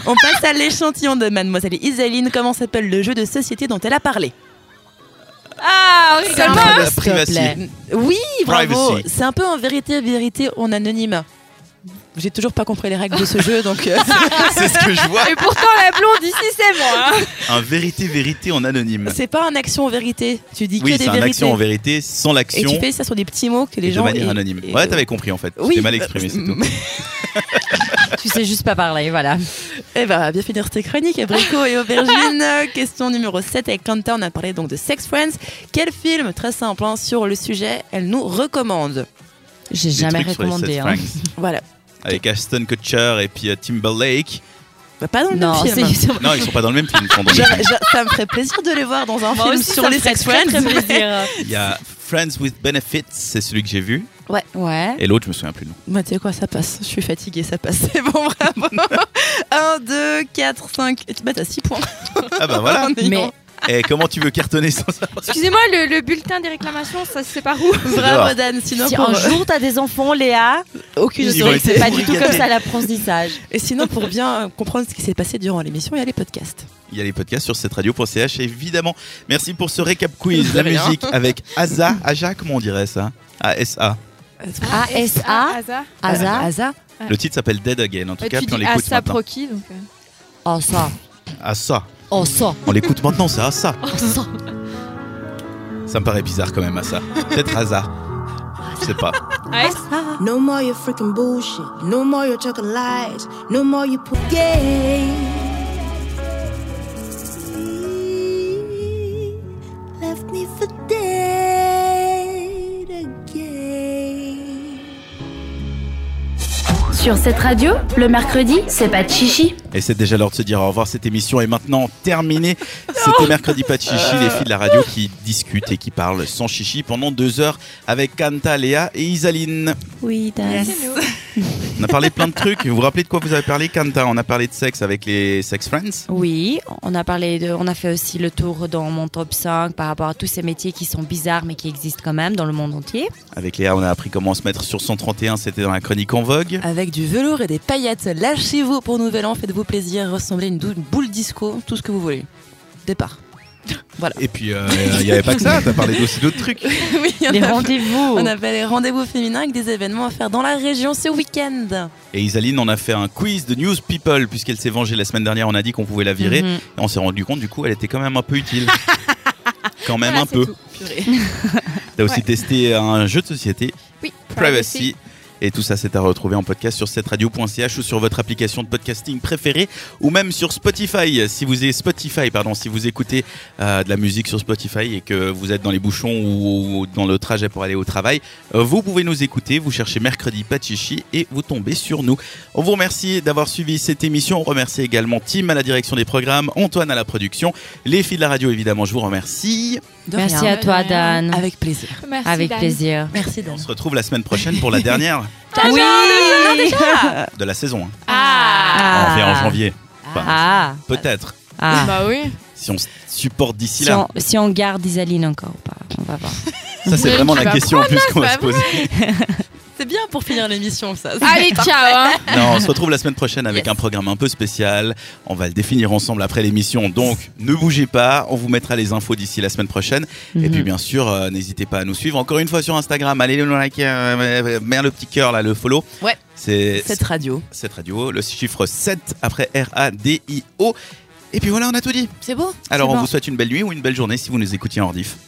Speaker 5: On passe à l'échantillon de mademoiselle Isaline. Comment s'appelle le jeu de société dont elle a parlé
Speaker 7: Ah, on rigole pas.
Speaker 4: Ah, la
Speaker 6: s'il te plaît.
Speaker 4: privacy.
Speaker 5: Oui, bravo.
Speaker 4: Privacy.
Speaker 5: C'est un peu en vérité, vérité, on anonyme. J'ai toujours pas compris les règles de ce jeu, donc euh,
Speaker 4: C'est ce que je vois.
Speaker 7: Et pourtant, la blonde ici, c'est moi. hein.
Speaker 4: Un vérité, vérité en anonyme.
Speaker 5: c'est pas un action en vérité. Tu dis
Speaker 4: Oui,
Speaker 5: que des
Speaker 4: c'est un
Speaker 5: vérités.
Speaker 4: action en vérité, sans
Speaker 5: Et
Speaker 4: l'action,
Speaker 5: tu fais ça sur des petits mots que les
Speaker 4: et de
Speaker 5: gens.
Speaker 4: manière
Speaker 5: et-
Speaker 4: anonyme.
Speaker 5: et-
Speaker 4: Ouais, t'avais compris en fait.
Speaker 5: Oui. euh,
Speaker 4: C'était mal exprimé, c'est tout.
Speaker 6: Tu sais juste pas parler, voilà.
Speaker 5: Eh ben, on va bien finir tes chroniques, abricot et aubergine. Question numéro 7 avec Kanta, on a parlé donc de Sex Friends. Quel film, très simple, hein, sur le sujet, elle nous recommande
Speaker 6: J'ai
Speaker 4: Des
Speaker 6: jamais
Speaker 4: trucs sur les
Speaker 6: recommandé.
Speaker 4: Seth
Speaker 6: hein.
Speaker 4: Franks.
Speaker 5: Voilà.
Speaker 4: Avec Ashton Kutcher et puis euh, Timberlake.
Speaker 5: Bah, pas dans le
Speaker 6: Non,
Speaker 5: même
Speaker 6: c'est
Speaker 5: film.
Speaker 4: Non, ils sont pas dans le même film. ils sont dans le
Speaker 5: J'a-
Speaker 4: même film.
Speaker 5: j'a- ça me ferait plaisir de les voir dans un film sur les Sex Friends.
Speaker 4: Il y a Friends with Benefits, c'est celui que j'ai vu.
Speaker 6: Ouais.
Speaker 4: Et l'autre, je me souviens plus le nom.
Speaker 5: Bah, tu sais quoi, ça passe. Je suis fatiguée, ça passe. C'est bon, bravo. 1, 2, 4, 5. Bah, t'as 6 points.
Speaker 4: Ah bah voilà.
Speaker 5: En ayant-
Speaker 4: Et comment tu veux cartonner sans ça
Speaker 7: Excusez-moi, le, le bulletin des réclamations, ça se sait par où
Speaker 4: dehors.
Speaker 5: Bravo, Dan. Sinon,
Speaker 6: Si
Speaker 5: pour, euh,
Speaker 6: un jour t'as des enfants, Léa,
Speaker 5: aucune
Speaker 4: Ils vont
Speaker 5: autorité.
Speaker 6: c'est
Speaker 4: être
Speaker 6: pas du tout
Speaker 4: gâtés.
Speaker 6: comme ça l'apprentissage.
Speaker 5: Et sinon, pour bien euh, comprendre ce qui s'est passé durant l'émission, il y a les podcasts.
Speaker 4: Il y a les podcasts sur cette radio.ch évidemment. Merci pour ce récap quiz.
Speaker 5: De
Speaker 4: La
Speaker 5: rien.
Speaker 4: musique avec Aza. Aja, comment on dirait ça ASA.
Speaker 6: ASA,
Speaker 7: Asa.
Speaker 6: ASA.
Speaker 5: Asa.
Speaker 4: Le titre s'appelle Dead Again en tout
Speaker 7: Ah, Euh,
Speaker 4: cas.
Speaker 7: tu
Speaker 4: Puis on
Speaker 7: dis
Speaker 4: l'écoute
Speaker 7: Asa
Speaker 4: maintenant.
Speaker 7: Proki, donc. euh.
Speaker 6: Oh ça,
Speaker 4: Asa.
Speaker 6: oh ça,
Speaker 4: On l'écoute maintenant, c'est Asa.
Speaker 6: oh ça.
Speaker 4: Ça me paraît bizarre quand même, Asa. Peut-être Asa. Je sais pas.
Speaker 7: Asa.
Speaker 11: No more your freaking bullshit. No more your talking lies. No more you put gay. Left me for dead again.
Speaker 3: Sur cette radio, le mercredi, c'est pas de chichi.
Speaker 4: Et c'est déjà l'heure de se dire au revoir. Cette émission est maintenant terminée. C'était mercredi pas de chichi, les filles de la radio qui discutent et qui parlent sans chichi pendant deux heures avec Kanta, Léa et Isaline.
Speaker 5: Oui, Dan.
Speaker 4: On a parlé plein de trucs. Vous vous rappelez de quoi vous avez parlé, Kanta On a parlé de sexe avec les sex friends.
Speaker 6: Oui, on a parlé de, on a fait aussi le tour dans mon top 5 par rapport à tous ces métiers qui sont bizarres mais qui existent quand même dans le monde entier.
Speaker 4: Avec Léa, on a appris comment se mettre sur 131. C'était dans la chronique en vogue.
Speaker 5: Avec du velours et des paillettes, lâchez-vous pour Nouvel An, faites-vous plaisir, ressemblez à une dou- boule disco, tout ce que vous voulez. Départ. Voilà.
Speaker 4: Et puis, euh, il n'y avait pas que ça, t'as parlé d'aussi d'autres trucs.
Speaker 5: oui, il y en
Speaker 4: Les
Speaker 5: a-
Speaker 4: rendez-vous.
Speaker 5: On avait les rendez-vous féminins avec des événements à faire dans la région ce week-end.
Speaker 4: Et Isaline en a fait un quiz de News People, puisqu'elle s'est vengée la semaine dernière, on a dit qu'on pouvait la virer.
Speaker 6: Mm-hmm.
Speaker 5: Mhm.
Speaker 4: Et on s'est rendu compte, du coup, elle était quand même un peu utile. quand même
Speaker 7: Voilà,
Speaker 4: un
Speaker 7: c'est
Speaker 4: peu.
Speaker 7: tout. Purée.
Speaker 4: T'as aussi
Speaker 7: Ouais.
Speaker 4: testé un jeu de société.
Speaker 7: Oui,
Speaker 4: Privacy. Et tout ça, c'est à retrouver en podcast sur cette radio.ch ou sur votre application de podcasting préférée ou même sur Spotify. Si vous, êtes Spotify, pardon, si vous écoutez euh, de la musique sur Spotify et que vous êtes dans les bouchons ou, ou dans le trajet pour aller au travail, euh, vous pouvez nous écouter. Vous cherchez Mercredi Pachichi et vous tombez sur nous. On vous remercie d'avoir suivi cette émission. On remercie également Tim à la direction des programmes, Antoine à la production, les filles de la radio évidemment. Je vous remercie.
Speaker 6: Merci à toi, Dan.
Speaker 5: Avec plaisir.
Speaker 7: Merci,
Speaker 6: Avec
Speaker 7: Dan.
Speaker 6: plaisir.
Speaker 5: Merci, Dan.
Speaker 4: On se retrouve la semaine prochaine pour la dernière
Speaker 6: oui
Speaker 4: de la saison. hein.
Speaker 6: Ah.
Speaker 4: On fait en janvier. Enfin,
Speaker 6: Ah.
Speaker 4: Peut-être.
Speaker 6: Ah.
Speaker 7: Bah oui.
Speaker 4: Si on se supporte d'ici
Speaker 6: Si
Speaker 4: là.
Speaker 6: on, si on garde Isaline encore ou pas, on va voir.
Speaker 4: Ça, c'est
Speaker 7: Mais
Speaker 4: vraiment
Speaker 7: tu
Speaker 4: la
Speaker 7: vas
Speaker 4: question en
Speaker 7: prendre
Speaker 4: plus
Speaker 7: la
Speaker 4: qu'on va se
Speaker 7: femme.
Speaker 4: poser.
Speaker 5: C'est bien pour finir l'émission, ça.
Speaker 7: Allez, ciao. hein.
Speaker 4: Non, on se retrouve la semaine prochaine avec un programme un peu spécial. On va le définir ensemble après l'émission. Donc, ne bougez pas. On vous mettra les infos d'ici la semaine prochaine. Et
Speaker 7: Mhm.
Speaker 4: puis, bien sûr, euh, n'hésitez pas à nous suivre. Encore une fois sur Instagram. Allez, le like, euh, mets le petit cœur là, le follow.
Speaker 5: Ouais.
Speaker 4: C'est
Speaker 5: Cette radio.
Speaker 4: cette radio, le chiffre 7 après R-A-D-I-O. Et puis voilà, on a tout dit.
Speaker 5: C'est beau.
Speaker 4: Alors,
Speaker 5: C'est
Speaker 4: on
Speaker 5: bon.
Speaker 4: vous souhaite une belle nuit ou une belle journée si vous nous écoutiez en rediff.